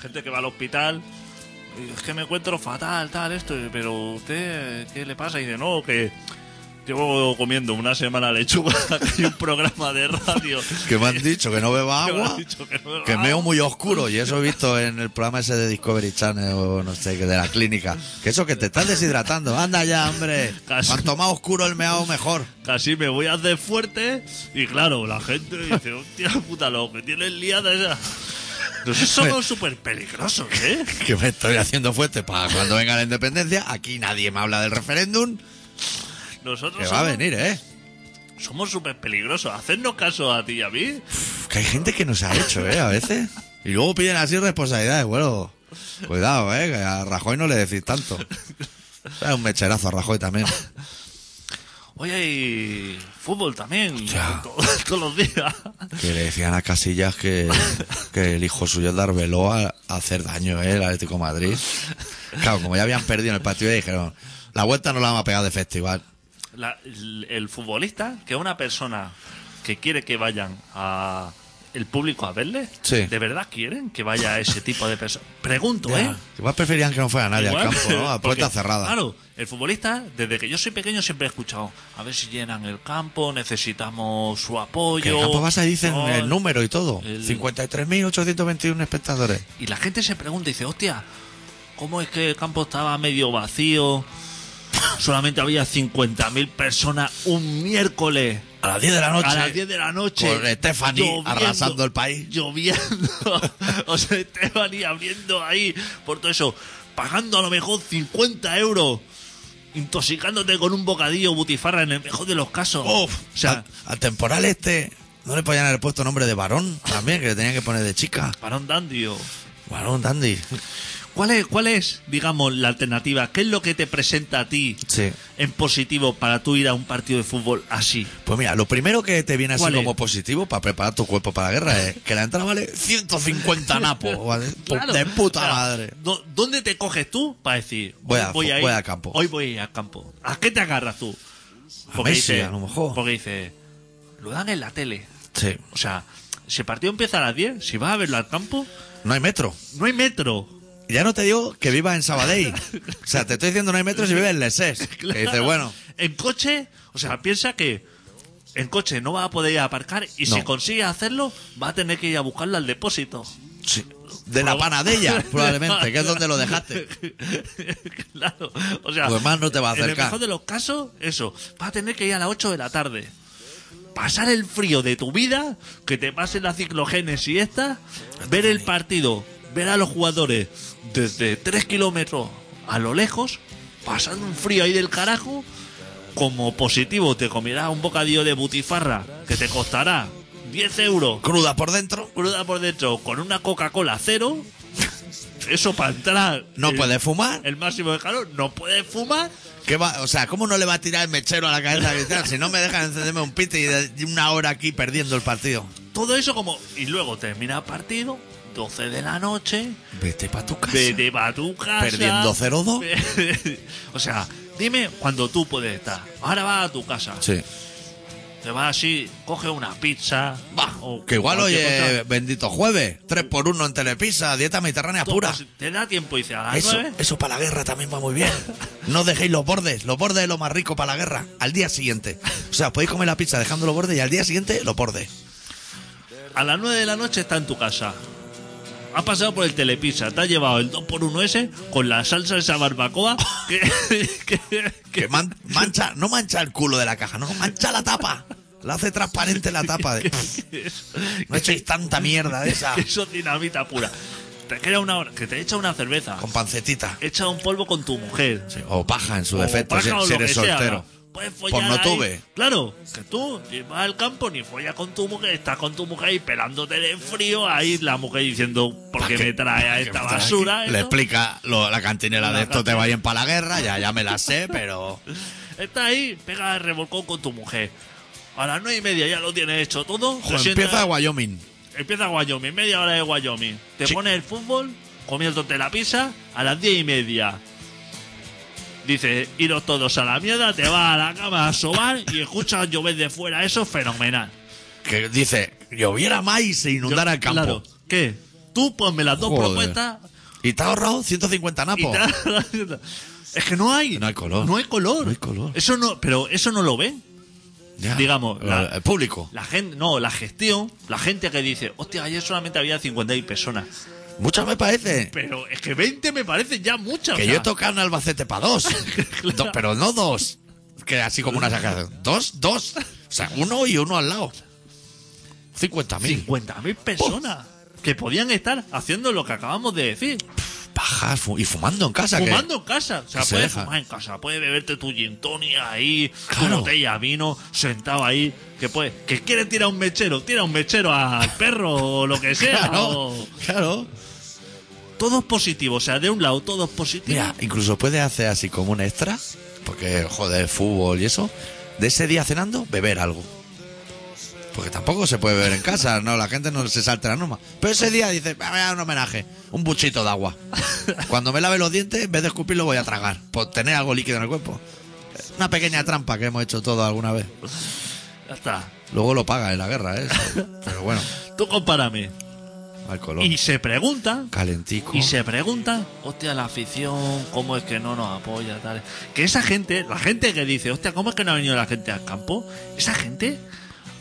Speaker 2: Gente que va al hospital. y Es que me encuentro fatal, tal, esto. y, Pero usted, ¿qué le pasa? Y dice, no, que llevo comiendo una semana lechuga [LAUGHS] y un programa de radio.
Speaker 1: [LAUGHS] Que me
Speaker 2: [LAUGHS]
Speaker 1: han dicho que no beba
Speaker 2: Que me
Speaker 1: agua.
Speaker 2: han dicho que no-
Speaker 1: Que
Speaker 2: ¡Ah!
Speaker 1: meo muy oscuro, y eso he visto en el programa ese de Discovery Channel o no sé, que de la clínica. Que eso que te estás deshidratando, anda ya, hombre.
Speaker 2: Casi.
Speaker 1: Cuanto más oscuro el meao, mejor.
Speaker 2: Casi me voy a hacer fuerte. Y claro, la gente dice, hostia puta, lo que tienes liada esa. Nosotros somos súper peligrosos, ¿eh?
Speaker 1: Que me estoy haciendo fuerte para cuando venga la independencia. Aquí nadie me habla del referéndum.
Speaker 2: Nosotros
Speaker 1: Que va a
Speaker 2: somos-
Speaker 1: venir, ¿eh?
Speaker 2: somos súper peligrosos. Hacernos caso a ti y a mí.
Speaker 1: Uf, que hay gente que nos ha hecho, ¿eh? A veces. Y luego piden así responsabilidades, bueno. Cuidado, ¿eh? Que a Rajoy no le decís tanto. Es un mecherazo a Rajoy también.
Speaker 2: Hoy hay fútbol también.
Speaker 1: Hostia.
Speaker 2: to- [LAUGHS] todos los días.
Speaker 1: Que le decían a Casillas que, que el hijo suyo es dar velo a, a hacer daño, ¿eh? El Atlético de Madrid. Claro, como ya habían perdido en el partido, ya dijeron, la vuelta no la vamos a pegar de festival.
Speaker 2: ¿Eh? La- el, el futbolista, que es una persona que quiere que vayan a el público a verle,
Speaker 1: Sí.
Speaker 2: ¿de verdad quieren que vaya ese tipo de personas? Pregunto, ¿eh?
Speaker 1: Igual preferían que no fuera nadie
Speaker 2: Igual,
Speaker 1: al campo, ¿no? A
Speaker 2: porque,
Speaker 1: puerta cerrada.
Speaker 2: Claro, el futbolista, desde que yo soy pequeño, siempre he escuchado: a ver si llenan el campo, necesitamos su apoyo.
Speaker 1: que en el campo vas ahí dicen
Speaker 2: No,
Speaker 1: el número y todo.
Speaker 2: el-
Speaker 1: 53.821 espectadores.
Speaker 2: Y la gente se pregunta y dice, hostia, ¿cómo es que el campo estaba medio vacío? Solamente había 50.000 personas un miércoles
Speaker 1: A las 10 de la noche.
Speaker 2: a las 10 de la noche.
Speaker 1: Con Stephanie arrasando el país.
Speaker 2: Lloviendo. [LAUGHS] o sea, Stephanie abriendo ahí por todo eso. Pagando a lo mejor 50 euros. Intoxicándote con un bocadillo butifarra en el mejor de los casos.
Speaker 1: Uf,
Speaker 2: o sea,
Speaker 1: al, al temporal este no le podían haber puesto nombre de varón también, que le tenían que poner de chica.
Speaker 2: varón dandio.
Speaker 1: Varón, Dandy.
Speaker 2: ¿Cuál es, ¿Cuál es, digamos, la alternativa? ¿Qué es lo que te presenta a ti
Speaker 1: Sí.
Speaker 2: en positivo para tú ir a un partido de fútbol así?
Speaker 1: Pues mira, lo primero que te viene así
Speaker 2: ¿Cuál es?
Speaker 1: como positivo para preparar tu cuerpo para la guerra es que la entrada vale 150 napos, [LAUGHS] ¿vale?
Speaker 2: [LAUGHS] Claro.
Speaker 1: De puta
Speaker 2: O sea,
Speaker 1: madre.
Speaker 2: ¿dó- ¿Dónde te coges tú para decir, hoy
Speaker 1: Voy a-
Speaker 2: voy a ir-
Speaker 1: voy al campo.
Speaker 2: Hoy voy a ir al campo. ¿A qué te agarras tú?
Speaker 1: A Messi, a lo mejor.
Speaker 2: Porque dices, lo dan en la tele.
Speaker 1: Sí.
Speaker 2: O sea, si el partido empieza a las 10, si vas a verlo al campo,
Speaker 1: No hay metro.
Speaker 2: no hay metro.
Speaker 1: Ya no te digo que vivas en Sabadell. O sea, te estoy diciendo no hay metro si vives en Lesés. Que dices, bueno,
Speaker 2: En coche, o sea, piensa que en coche no va a poder ir a aparcar y si
Speaker 1: No.
Speaker 2: consigue hacerlo, va a tener que ir a buscarlo al depósito.
Speaker 1: sí, de la panadella, [LAUGHS] probablemente, que es donde lo dejaste.
Speaker 2: [LAUGHS] claro, o sea,
Speaker 1: Pues más no te va a
Speaker 2: En el
Speaker 1: acercar.
Speaker 2: mejor de los casos, eso, vas a tener que ir a las 8 de la tarde. Pasar el frío de tu vida, que te pasen la ciclogénesis y esta, ver el partido, ver a los jugadores desde 3 kilómetros a lo lejos, pasando un frío ahí del carajo, como positivo te comerás un bocadillo de butifarra que te costará 10 euros
Speaker 1: Cruda por dentro.
Speaker 2: cruda por dentro con una Coca-Cola cero, eso para entrar.
Speaker 1: No
Speaker 2: el-
Speaker 1: puede fumar.
Speaker 2: El máximo de calor, no puedes fumar.
Speaker 1: ¿Qué va? O sea, ¿cómo no le va a tirar el mechero a la cabeza y tal? Si no me dejan encenderme un piti y de- y una hora aquí perdiendo el partido.
Speaker 2: Todo eso como. Y luego termina el partido, 12 de la noche,
Speaker 1: Vete para tu casa.
Speaker 2: vete para tu casa.
Speaker 1: Perdiendo 0-2.
Speaker 2: [LAUGHS] o sea, dime cuando tú puedes estar. Ahora vas a tu casa.
Speaker 1: Sí.
Speaker 2: Te vas así, coge una pizza.
Speaker 1: Bah,
Speaker 2: o
Speaker 1: que igual hoy
Speaker 2: cualquier
Speaker 1: es
Speaker 2: cosa.
Speaker 1: bendito jueves. 3 por 1 en Telepisa, dieta mediterránea pura.
Speaker 2: Te da tiempo y dices a las
Speaker 1: Eso,
Speaker 2: nueve,
Speaker 1: eso para la guerra también va muy bien. No dejéis los bordes. Los bordes es lo más rico para la guerra. Al día siguiente. O sea, podéis comer la pizza dejando los bordes y al día siguiente los bordes.
Speaker 2: A las 9 de la noche está en tu casa. Ha pasado por el telepizza, te ha llevado el 2x1 ese con la salsa esa barbacoa que, [LAUGHS] que- que-
Speaker 1: Que man- mancha, no mancha el culo de la caja, no, mancha la tapa. La hace transparente la tapa. De, no echéis tanta mierda de esa
Speaker 2: que eso es dinamita pura. Te queda una hora, que te echa una cerveza,
Speaker 1: con pancetita.
Speaker 2: echa un polvo con tu mujer.
Speaker 1: Sí, O paja en su
Speaker 2: o
Speaker 1: defecto,
Speaker 2: paca
Speaker 1: si-
Speaker 2: o
Speaker 1: si,
Speaker 2: lo
Speaker 1: eres
Speaker 2: que sea,
Speaker 1: soltero.
Speaker 2: Puedes follar
Speaker 1: no
Speaker 2: ahí.
Speaker 1: tuve.
Speaker 2: Claro, que tú ni vas al campo ni follas con tu mujer, estás con tu mujer y pelándote de frío, ahí la mujer diciendo, ¿por qué
Speaker 1: ¿Para
Speaker 2: me trae a
Speaker 1: ¿Para qué
Speaker 2: esta
Speaker 1: me trae aquí?
Speaker 2: basura?
Speaker 1: Le
Speaker 2: esto?".
Speaker 1: explica lo- la cantinera
Speaker 2: La
Speaker 1: de esto te va bien para la guerra, ya, ya me la sé, pero.
Speaker 2: Está ahí, pega el revolcón con tu mujer. A las nueve y media ya lo tienes hecho todo.
Speaker 1: Joder,
Speaker 2: Te
Speaker 1: empieza
Speaker 2: sientas-
Speaker 1: Wyoming.
Speaker 2: empieza Wyoming, media hora de Wyoming. Te
Speaker 1: Sí.
Speaker 2: pones el fútbol, comiéndote la pizza, a las diez y media. Dice, iros todos a la mierda, te vas a la cama a sobar y escuchas llover de fuera. Eso es fenomenal.
Speaker 1: Que dice, lloviera más y se inundara
Speaker 2: Yo-
Speaker 1: el campo.
Speaker 2: claro, ¿Qué? Tú ponme las dos
Speaker 1: Joder.
Speaker 2: propuestas
Speaker 1: Y te ha ahorrado 150
Speaker 2: y [LAUGHS]
Speaker 1: napos.
Speaker 2: tal. Es que no hay.
Speaker 1: No hay color.
Speaker 2: No hay color.
Speaker 1: No hay color.
Speaker 2: Eso no, pero eso no lo ven.
Speaker 1: Ya.
Speaker 2: digamos, la-
Speaker 1: El público.
Speaker 2: La gente, no, la gestión, la gente que dice, hostia, ayer solamente había 56 personas.
Speaker 1: Muchas me parece.
Speaker 2: Pero es que 20 me parecen ya muchas.
Speaker 1: Que
Speaker 2: [LAUGHS] o
Speaker 1: yo he
Speaker 2: sea,
Speaker 1: tocado en Albacete para dos.
Speaker 2: [LAUGHS] Claro.
Speaker 1: Do- Pero no dos. Que así como una sacación. Dos, dos. O sea, uno y uno al lado. 50.000.
Speaker 2: 50.000 personas que podían estar haciendo lo que acabamos de decir.
Speaker 1: Pajas fu- y fumando en casa. que-
Speaker 2: Fumando en casa. O sea,
Speaker 1: que se
Speaker 2: puedes
Speaker 1: deja.
Speaker 2: fumar en casa, puedes beberte tu gin tonic ahí,
Speaker 1: Claro.
Speaker 2: tu botella de vino, sentado ahí. Que puedes, que quieres tirar un mechero, tira un mechero al perro o lo que sea.
Speaker 1: [LAUGHS] Claro,
Speaker 2: o-
Speaker 1: claro.
Speaker 2: Todos positivos, o sea, de un lado todos positivos.
Speaker 1: Mira, incluso puedes hacer así como un extra, porque joder, fútbol y eso, de ese día cenando, beber algo. Porque tampoco se puede beber en casa, no, la gente no se salta la norma. Pero ese día dices, "Ah, voy a dar un homenaje, un buchito de
Speaker 2: [LAUGHS]
Speaker 1: agua. Cuando me lave los dientes, en vez de escupirlo, voy a tragar, por tener algo líquido en el cuerpo. Una pequeña trampa que hemos hecho todos alguna vez.
Speaker 2: Ya está.
Speaker 1: Luego lo paga en la guerra, ¿eh? Pero bueno,
Speaker 2: Tú compárame.
Speaker 1: al color.
Speaker 2: Y se pregunta
Speaker 1: Calentico.
Speaker 2: Y se preguntan, hostia, la afición, ¿cómo es que no nos apoya? Tal. Que esa gente, la gente que dice, hostia, ¿cómo es que no ha venido la gente al campo? Esa gente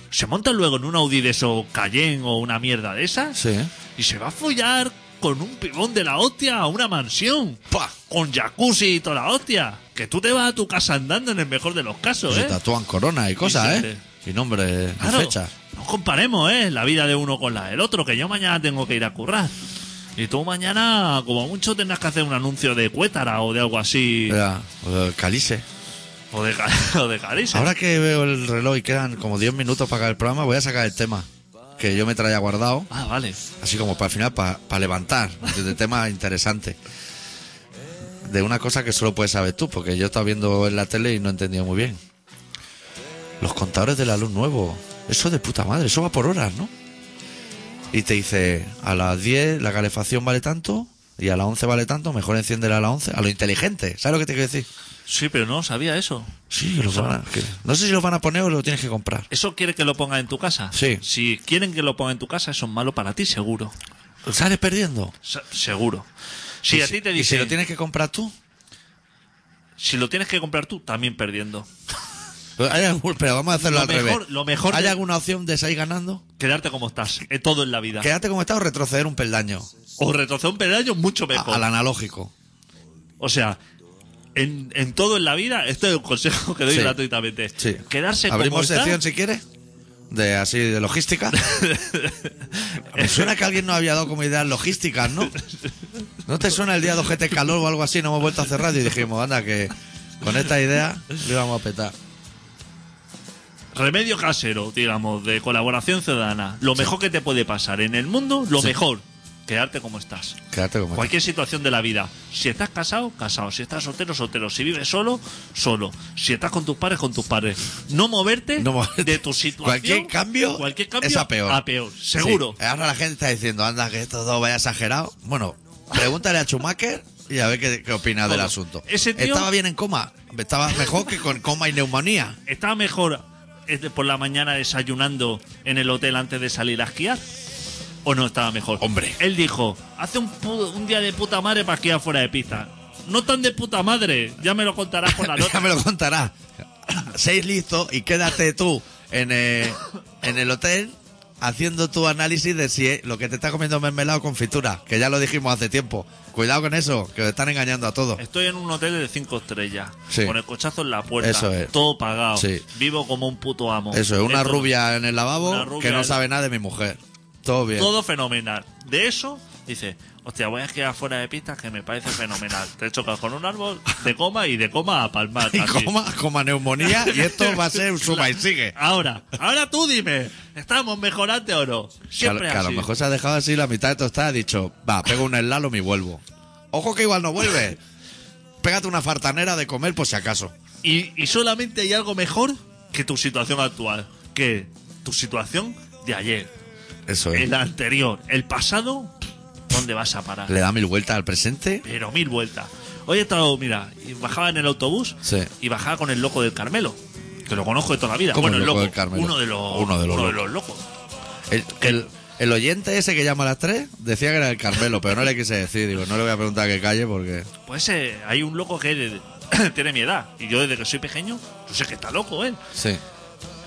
Speaker 2: se monta luego en un Audi de esos Cayenne o una mierda de esas
Speaker 1: Sí. ¿eh?
Speaker 2: y se va a follar con un pibón de la hostia a una mansión.
Speaker 1: ¡Pah!
Speaker 2: Con jacuzzi y toda la hostia. Que tú te vas a tu casa andando en el mejor de los casos,
Speaker 1: Se
Speaker 2: ¿eh?
Speaker 1: tatúan corona y cosas, ¿eh? Y nombres y
Speaker 2: Claro,
Speaker 1: fechas.
Speaker 2: No comparemos, ¿eh? La vida de uno con la del otro, que yo mañana tengo que ir a currar. Y tú mañana, como mucho, tendrás que hacer un anuncio de Cuétara o de algo así.
Speaker 1: Era, eh, Calice.
Speaker 2: O de, Ca- [LAUGHS] o de Caricia.
Speaker 1: Ahora que veo el reloj y quedan como 10 minutos para acabar el programa, voy a sacar el tema que yo me traía guardado,
Speaker 2: Ah, vale.
Speaker 1: así como para el final, para, para levantar, de tema interesante. De una cosa que solo puedes saber tú, porque yo estaba viendo en la tele y no entendía muy bien. Los contadores de la luz nuevo, eso de puta madre, eso va por horas, ¿no? Y te dice, a las 10 la calefacción vale tanto y a las 11 vale tanto, mejor enciéndela a las 11, a lo inteligente, ¿sabes lo que te quiero decir?
Speaker 2: Sí, pero no sabía eso.
Speaker 1: Sí, que lo van a- que- no sé si lo van a poner o lo tienes que comprar.
Speaker 2: ¿Eso quiere que lo ponga en tu casa?
Speaker 1: Sí.
Speaker 2: Si quieren que lo ponga en tu casa, eso es malo para ti, seguro.
Speaker 1: Sales perdiendo.
Speaker 2: Se- seguro. Si
Speaker 1: Y
Speaker 2: a ti te
Speaker 1: y si
Speaker 2: dicen,
Speaker 1: lo tienes que comprar tú.
Speaker 2: si lo tienes que comprar tú, también perdiendo.
Speaker 1: pues Hay algún- pero vamos a hacerlo
Speaker 2: Lo
Speaker 1: al
Speaker 2: mejor-
Speaker 1: revés.
Speaker 2: lo mejor
Speaker 1: ¿Hay
Speaker 2: de-
Speaker 1: alguna opción de salir ganando?
Speaker 2: Quedarte como estás, eh, todo en la vida.
Speaker 1: Quédate como estás o retroceder un peldaño.
Speaker 2: O retroceder un pedaño mucho
Speaker 1: A-
Speaker 2: mejor.
Speaker 1: al analógico.
Speaker 2: O sea, en, en todo en la vida, esto es un consejo que doy
Speaker 1: Sí.
Speaker 2: gratuitamente.
Speaker 1: Sí.
Speaker 2: Quedarse
Speaker 1: Abrimos
Speaker 2: como está,
Speaker 1: sección si quieres. de así de
Speaker 2: [LAUGHS]
Speaker 1: logística. Me suena que alguien no había dado como ideas logísticas, ¿no? ¿No te suena el día de ojete calor o algo así? No hemos vuelto a hacer radio y dijimos, anda, que con esta idea le íbamos a petar.
Speaker 2: Remedio casero, digamos, de colaboración ciudadana. Lo mejor que te puede pasar en el mundo, lo
Speaker 1: Sí.
Speaker 2: mejor. Quedarte como estás.
Speaker 1: Quédate como
Speaker 2: Cualquier situación de la vida. Si estás casado, casado. Si estás soltero, soltero. Si vives solo, solo. Si estás con tus padres, con tus padres. No moverte,
Speaker 1: No moverte.
Speaker 2: de tu situación.
Speaker 1: Cualquier cambio
Speaker 2: cualquier cambio
Speaker 1: es a peor.
Speaker 2: Seguro.
Speaker 1: Sí. Ahora la gente está diciendo, anda, que esto todo vaya exagerado. Bueno, pregúntale a Schumacher y a ver qué, qué opina del
Speaker 2: Todo.
Speaker 1: asunto.
Speaker 2: Ese tío-
Speaker 1: Estaba bien en coma. Estaba mejor que con coma y neumonía.
Speaker 2: ¿Estaba mejor eh, de- por la mañana desayunando en el hotel antes de salir a esquiar? ¿O no estaba mejor?
Speaker 1: Hombre.
Speaker 2: Él dijo, hace un, pu- un día de puta madre para esquiar fuera de pista. No tan de puta madre, ya me lo contarás
Speaker 1: [LAUGHS]
Speaker 2: con la
Speaker 1: Ya
Speaker 2: nota.
Speaker 1: me lo contará. Seis listos y quédate tú en, eh, en el hotel haciendo tu análisis de si eh, lo que te está comiendo es mermelada o confitura, que ya lo dijimos hace tiempo. Cuidado con eso, que os están engañando a todos.
Speaker 2: Estoy en un hotel de cinco estrellas,
Speaker 1: Sí.
Speaker 2: con el cochazo en la puerta,
Speaker 1: Eso es.
Speaker 2: todo pagado,
Speaker 1: Sí.
Speaker 2: vivo como un puto amo.
Speaker 1: Eso es una
Speaker 2: Esto-
Speaker 1: rubia en el
Speaker 2: Una
Speaker 1: lavabo
Speaker 2: rubia
Speaker 1: que no
Speaker 2: en-
Speaker 1: sabe nada de mi mujer. Todo bien.
Speaker 2: Todo fenomenal. De eso, dice, hostia, voy a quedar fuera de pistas que me parece fenomenal. Te chocas con un árbol de coma y de coma a palmar.
Speaker 1: [LAUGHS] [LAUGHS] Y
Speaker 2: así.
Speaker 1: coma, coma neumonía
Speaker 2: [LAUGHS]
Speaker 1: y esto va a ser un suma y sigue.
Speaker 2: Ahora, ahora tú dime, ¿estamos mejorante o no?
Speaker 1: Que a,
Speaker 2: Siempre
Speaker 1: que a
Speaker 2: así.
Speaker 1: lo mejor se ha dejado así la mitad de tostada ha dicho, va, pego un slalom y vuelvo. Ojo que igual no vuelve. Pégate una fartanera de comer por si acaso.
Speaker 2: Y, y solamente hay algo mejor que tu situación actual, que tu situación de ayer,
Speaker 1: Eso es.
Speaker 2: el anterior, el pasado, ¿dónde vas a parar?
Speaker 1: Le da mil vueltas al presente.
Speaker 2: Pero mil vueltas. Hoy he estado, mira, y bajaba en el autobús
Speaker 1: Sí.
Speaker 2: y bajaba con el loco del Carmelo, que lo conozco de toda la vida.
Speaker 1: ¿Cómo
Speaker 2: bueno,
Speaker 1: el
Speaker 2: el
Speaker 1: loco
Speaker 2: loco,
Speaker 1: del Carmelo?
Speaker 2: Uno de los,
Speaker 1: Uno de los
Speaker 2: locos.
Speaker 1: El, el- el oyente ese que llama a las tres decía que era el Carmelo, pero no le quise decir. Digo, no le voy a preguntar que calle porque.
Speaker 2: Pues eh, hay un loco que de- [COUGHS] tiene mi edad y yo desde que soy pequeño, yo sé que está loco ¿eh? él.
Speaker 1: Sí.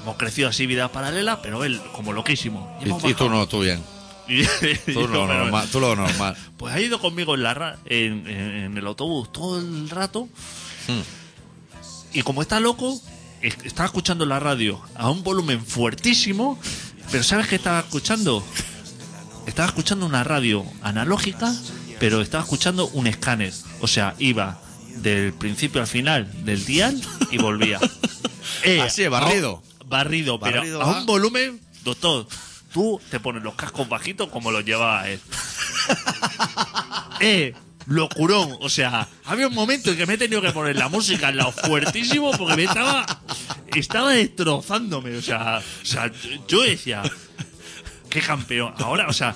Speaker 2: Hemos crecido así vidas paralelas, pero él como loquísimo.
Speaker 1: Y,
Speaker 2: hemos
Speaker 1: y tú
Speaker 2: bajado.
Speaker 1: no, tú bien.
Speaker 2: Y- [LAUGHS] y
Speaker 1: Tú
Speaker 2: yo,
Speaker 1: lo
Speaker 2: pero-
Speaker 1: normal. Tú lo normal.
Speaker 2: Pues ha ido conmigo en, la ra- en, en- en el autobús todo el rato.
Speaker 1: Hmm.
Speaker 2: Y como está loco, es- estaba escuchando la radio a un volumen fuertísimo. Pero ¿sabes qué estaba escuchando? Estaba escuchando una radio analógica, pero estaba escuchando un escáner. O sea, iba del principio al final del dial
Speaker 1: [LAUGHS]
Speaker 2: y volvía. Eh,
Speaker 1: Así, barrido.
Speaker 2: a un- barrido, pero
Speaker 1: Barrido,
Speaker 2: a
Speaker 1: ah.
Speaker 2: un volumen, doctor. Tú te pones los cascos bajitos como los llevaba él. Eh, locurón. O sea, había un momento en que me he tenido que poner la música en lado fuertísimo porque me estaba. Estaba destrozándome. O sea, o sea, yo decía, qué campeón. Ahora, o sea,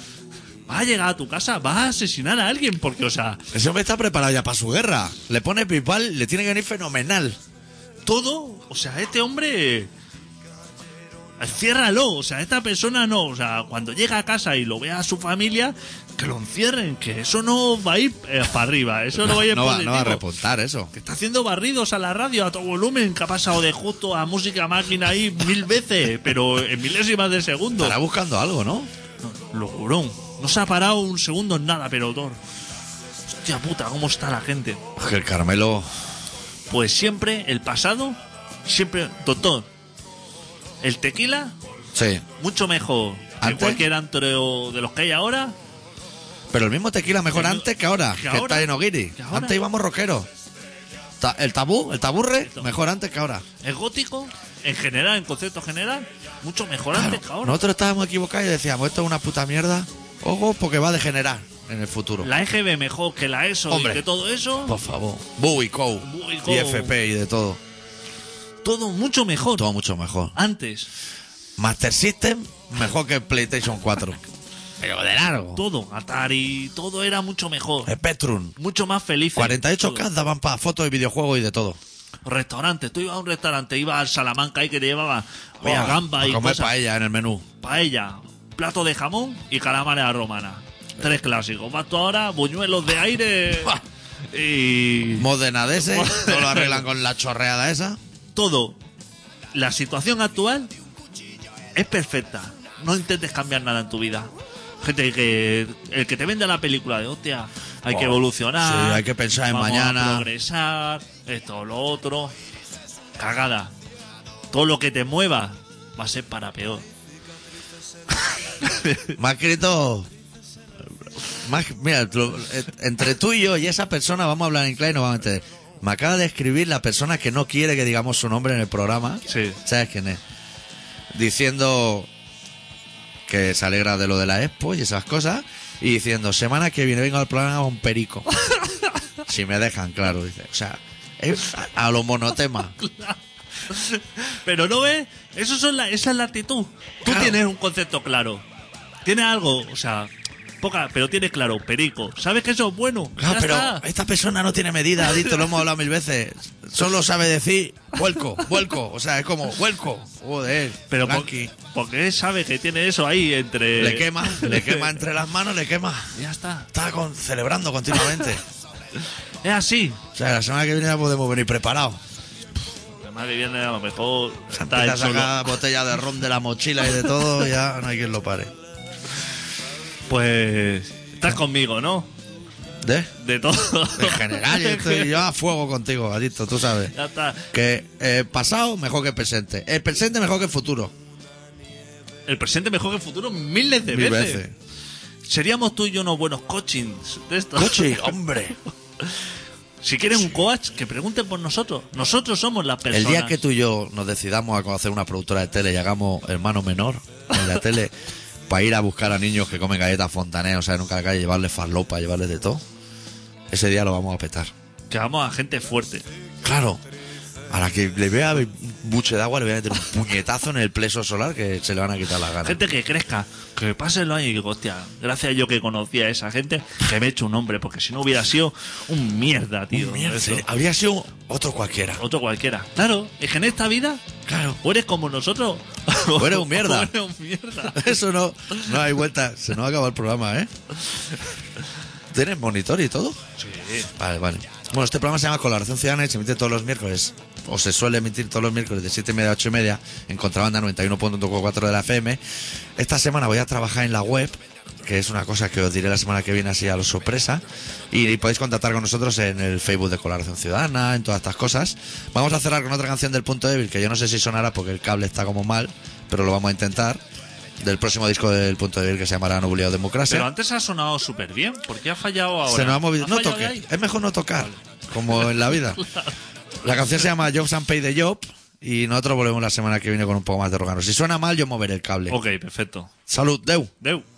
Speaker 2: vas a llegar a tu casa, vas a asesinar a alguien porque, o sea,
Speaker 1: Ese hombre está preparado ya para su guerra. Le pone pipal, le tiene que venir fenomenal.
Speaker 2: todo. O sea, este hombre. Enciérralo, o sea, esta persona no, o sea, cuando llega a casa y lo vea a su familia, que lo encierren, que eso no va a ir eh, para arriba, eso no va a ir
Speaker 1: No va, no va a
Speaker 2: positivo.
Speaker 1: repuntar eso.
Speaker 2: Que está haciendo barridos a la radio a todo volumen, que ha pasado de justo a música máquina ahí mil veces, pero en milésimas de segundo.
Speaker 1: Estará buscando algo, ¿no?
Speaker 2: Locurón. No se ha parado un segundo en nada, pero doctor. Hostia puta, ¿cómo está la gente?
Speaker 1: Es Que el Carmelo.
Speaker 2: Pues siempre el pasado, siempre. Doctor, el tequila,
Speaker 1: Sí.
Speaker 2: mucho mejor que
Speaker 1: ¿Antes?
Speaker 2: cualquier antro de los que hay ahora.
Speaker 1: Pero el mismo tequila mejor
Speaker 2: Que no-
Speaker 1: antes que ahora,
Speaker 2: que
Speaker 1: que,
Speaker 2: ahora,
Speaker 1: está en Oguiri.
Speaker 2: que ahora.
Speaker 1: Antes íbamos rockeros. Ta- El tabú, el taburre,
Speaker 2: Esto.
Speaker 1: mejor antes que ahora.
Speaker 2: El gótico, en general, en concepto general, mucho mejor antes que ahora.
Speaker 1: Nosotros estábamos equivocados y decíamos, esto es una puta mierda. Ojo, porque va a degenerar en el futuro.
Speaker 2: La EGB mejor que la ESO
Speaker 1: Hombre. Pues
Speaker 2: y que todo eso.
Speaker 1: Por favor. Bu y Cow.
Speaker 2: Bu y
Speaker 1: Y
Speaker 2: Cow.
Speaker 1: FP y de todo.
Speaker 2: todo mucho mejor
Speaker 1: Todo mucho mejor.
Speaker 2: antes.
Speaker 1: Master System, mejor que PlayStation
Speaker 2: [LAUGHS]
Speaker 1: 4. Pero de largo.
Speaker 2: Todo, Atari, todo era mucho mejor.
Speaker 1: Eh, Spectrum.
Speaker 2: Mucho más feliz.
Speaker 1: 48K daban para fotos y videojuegos y de todo.
Speaker 2: Restaurantes. Tú ibas a un restaurante, ibas al Salamanca y que te llevaba vea,
Speaker 1: Oh,
Speaker 2: gamba
Speaker 1: a
Speaker 2: y
Speaker 1: comer
Speaker 2: cosas.
Speaker 1: paella en el menú.
Speaker 2: Paella, plato de jamón y calamares a la romana. Tres clásicos. Vas tú ahora, buñuelos de aire y [LAUGHS]
Speaker 1: Modenadese, no lo arreglan con la chorreada esa.
Speaker 2: todo. La situación actual es perfecta. No intentes cambiar nada en tu vida. Gente que el que te vende la película de hostia, hay que
Speaker 1: Oh,
Speaker 2: evolucionar.
Speaker 1: sí, hay que pensar en
Speaker 2: vamos
Speaker 1: mañana.
Speaker 2: A progresar, esto, lo otro. Cagada. Todo lo que te mueva va a ser para peor.
Speaker 1: Me ha escrito. me ha- mira, lo- eh, entre tú y yo y esa persona vamos a hablar en clave y nos vamos a entender. Me acaba de escribir la persona que no quiere que digamos su nombre en el programa.
Speaker 2: Sí.
Speaker 1: ¿Sabes quién es? Diciendo que se alegra de lo de la expo y esas cosas. Y diciendo, semana que viene vengo al programa con Perico. si me dejan, claro. Dice. O sea, es a, a lo monotema.
Speaker 2: Pero no ves, eso son la, esa es la actitud. Tú
Speaker 1: Claro.
Speaker 2: tienes un concepto claro. Tienes algo, o sea, poca, pero tienes claro, perico. Sabes que eso es bueno.
Speaker 1: Claro,
Speaker 2: Ya
Speaker 1: pero
Speaker 2: está.
Speaker 1: esta persona no tiene medida, Adicto, lo hemos hablado mil veces. Solo sabe decir vuelco, vuelco. O sea, es como vuelco. Joder,
Speaker 2: Pero por- eh,
Speaker 1: Blanqui.
Speaker 2: porque él sabe que tiene eso ahí entre.
Speaker 1: Le quema,
Speaker 2: [LAUGHS]
Speaker 1: le
Speaker 2: eh.
Speaker 1: quema entre las manos, le quema.
Speaker 2: Ya está.
Speaker 1: Está con- celebrando continuamente.
Speaker 2: Es así.
Speaker 1: O sea, la semana que viene ya podemos venir preparados.
Speaker 2: Además que viene a lo mejor. Está
Speaker 1: Empieza a
Speaker 2: hecho lo-
Speaker 1: sacar botella de ron de la mochila y de todo, ya no hay quien lo pare.
Speaker 2: Pues. Estás conmigo, ¿no?
Speaker 1: ¿De?
Speaker 2: De todo.
Speaker 1: En general, yo, estoy, yo a fuego contigo, Adicto, tú sabes.
Speaker 2: [LAUGHS] Ya está.
Speaker 1: Que eh, pasado mejor que presente. El presente mejor que el futuro.
Speaker 2: El presente mejor que el futuro miles de
Speaker 1: Mil
Speaker 2: veces.
Speaker 1: veces.
Speaker 2: Seríamos tú y yo unos buenos coachings de estos. [LAUGHS]
Speaker 1: Coche, hombre.
Speaker 2: Si quieren un coach, que pregunten por nosotros. Nosotros somos las personas.
Speaker 1: El día que tú y yo nos decidamos a conocer una productora de tele y hagamos hermano menor en la tele para ir a buscar a niños que comen galletas fontaneras, o sea, nunca la calle, llevarles farlopa, llevarles de todo, ese día lo vamos a petar.
Speaker 2: Llamamos a gente fuerte.
Speaker 1: Claro, a la que le vea un buche de agua le voy a meter un puñetazo en el pleso solar que se le van a quitar las ganas.
Speaker 2: Gente que crezca. Que pasen los años y digo, hostia, gracias a yo que conocía a esa gente, que me he hecho un hombre. Porque si no hubiera sido un mierda, tío.
Speaker 1: Mierda,
Speaker 2: Eso.
Speaker 1: Habría sido otro
Speaker 2: [LAUGHS]
Speaker 1: cualquiera.
Speaker 2: Otro cualquiera. Claro, es que en esta vida,
Speaker 1: Claro.
Speaker 2: o eres como nosotros,
Speaker 1: O eres un mierda.
Speaker 2: [LAUGHS] o eres un mierda.
Speaker 1: Eso no, no hay vuelta. Se nos ha acabado el programa, ¿eh? ¿Tienes monitor y todo?
Speaker 2: Sí.
Speaker 1: Vale, vale. Bueno, este programa se llama Colaboración Ciudadana y se emite todos los miércoles, o se suele emitir todos los miércoles de 7 y media a 8 y media en Contrabanda 91.4 de la FM. Esta semana voy a trabajar en la web, que es una cosa que os diré la semana que viene así a lo sorpresa. Y, y podéis contactar con nosotros en el Facebook de Colaboración Ciudadana, en todas estas cosas. Vamos a cerrar con otra canción del Punto Débil, que yo no sé si sonará porque el cable está como mal, pero lo vamos a intentar. Del próximo disco del Punto Débil que se llamará Nublio Democracia.
Speaker 2: Pero antes ha sonado súper bien. ¿Por qué ha fallado ahora?
Speaker 1: Se nos ha movido. No
Speaker 2: fallado de
Speaker 1: toques.
Speaker 2: ahí? [LAUGHS]
Speaker 1: Es mejor no tocar, como en la vida. La canción se llama Jobs and Pay the Job. Y nosotros volvemos la semana que viene con un poco más de órganos. Si suena mal, yo moveré el cable.
Speaker 2: Ok, perfecto.
Speaker 1: Salud, Deu.
Speaker 2: Deu.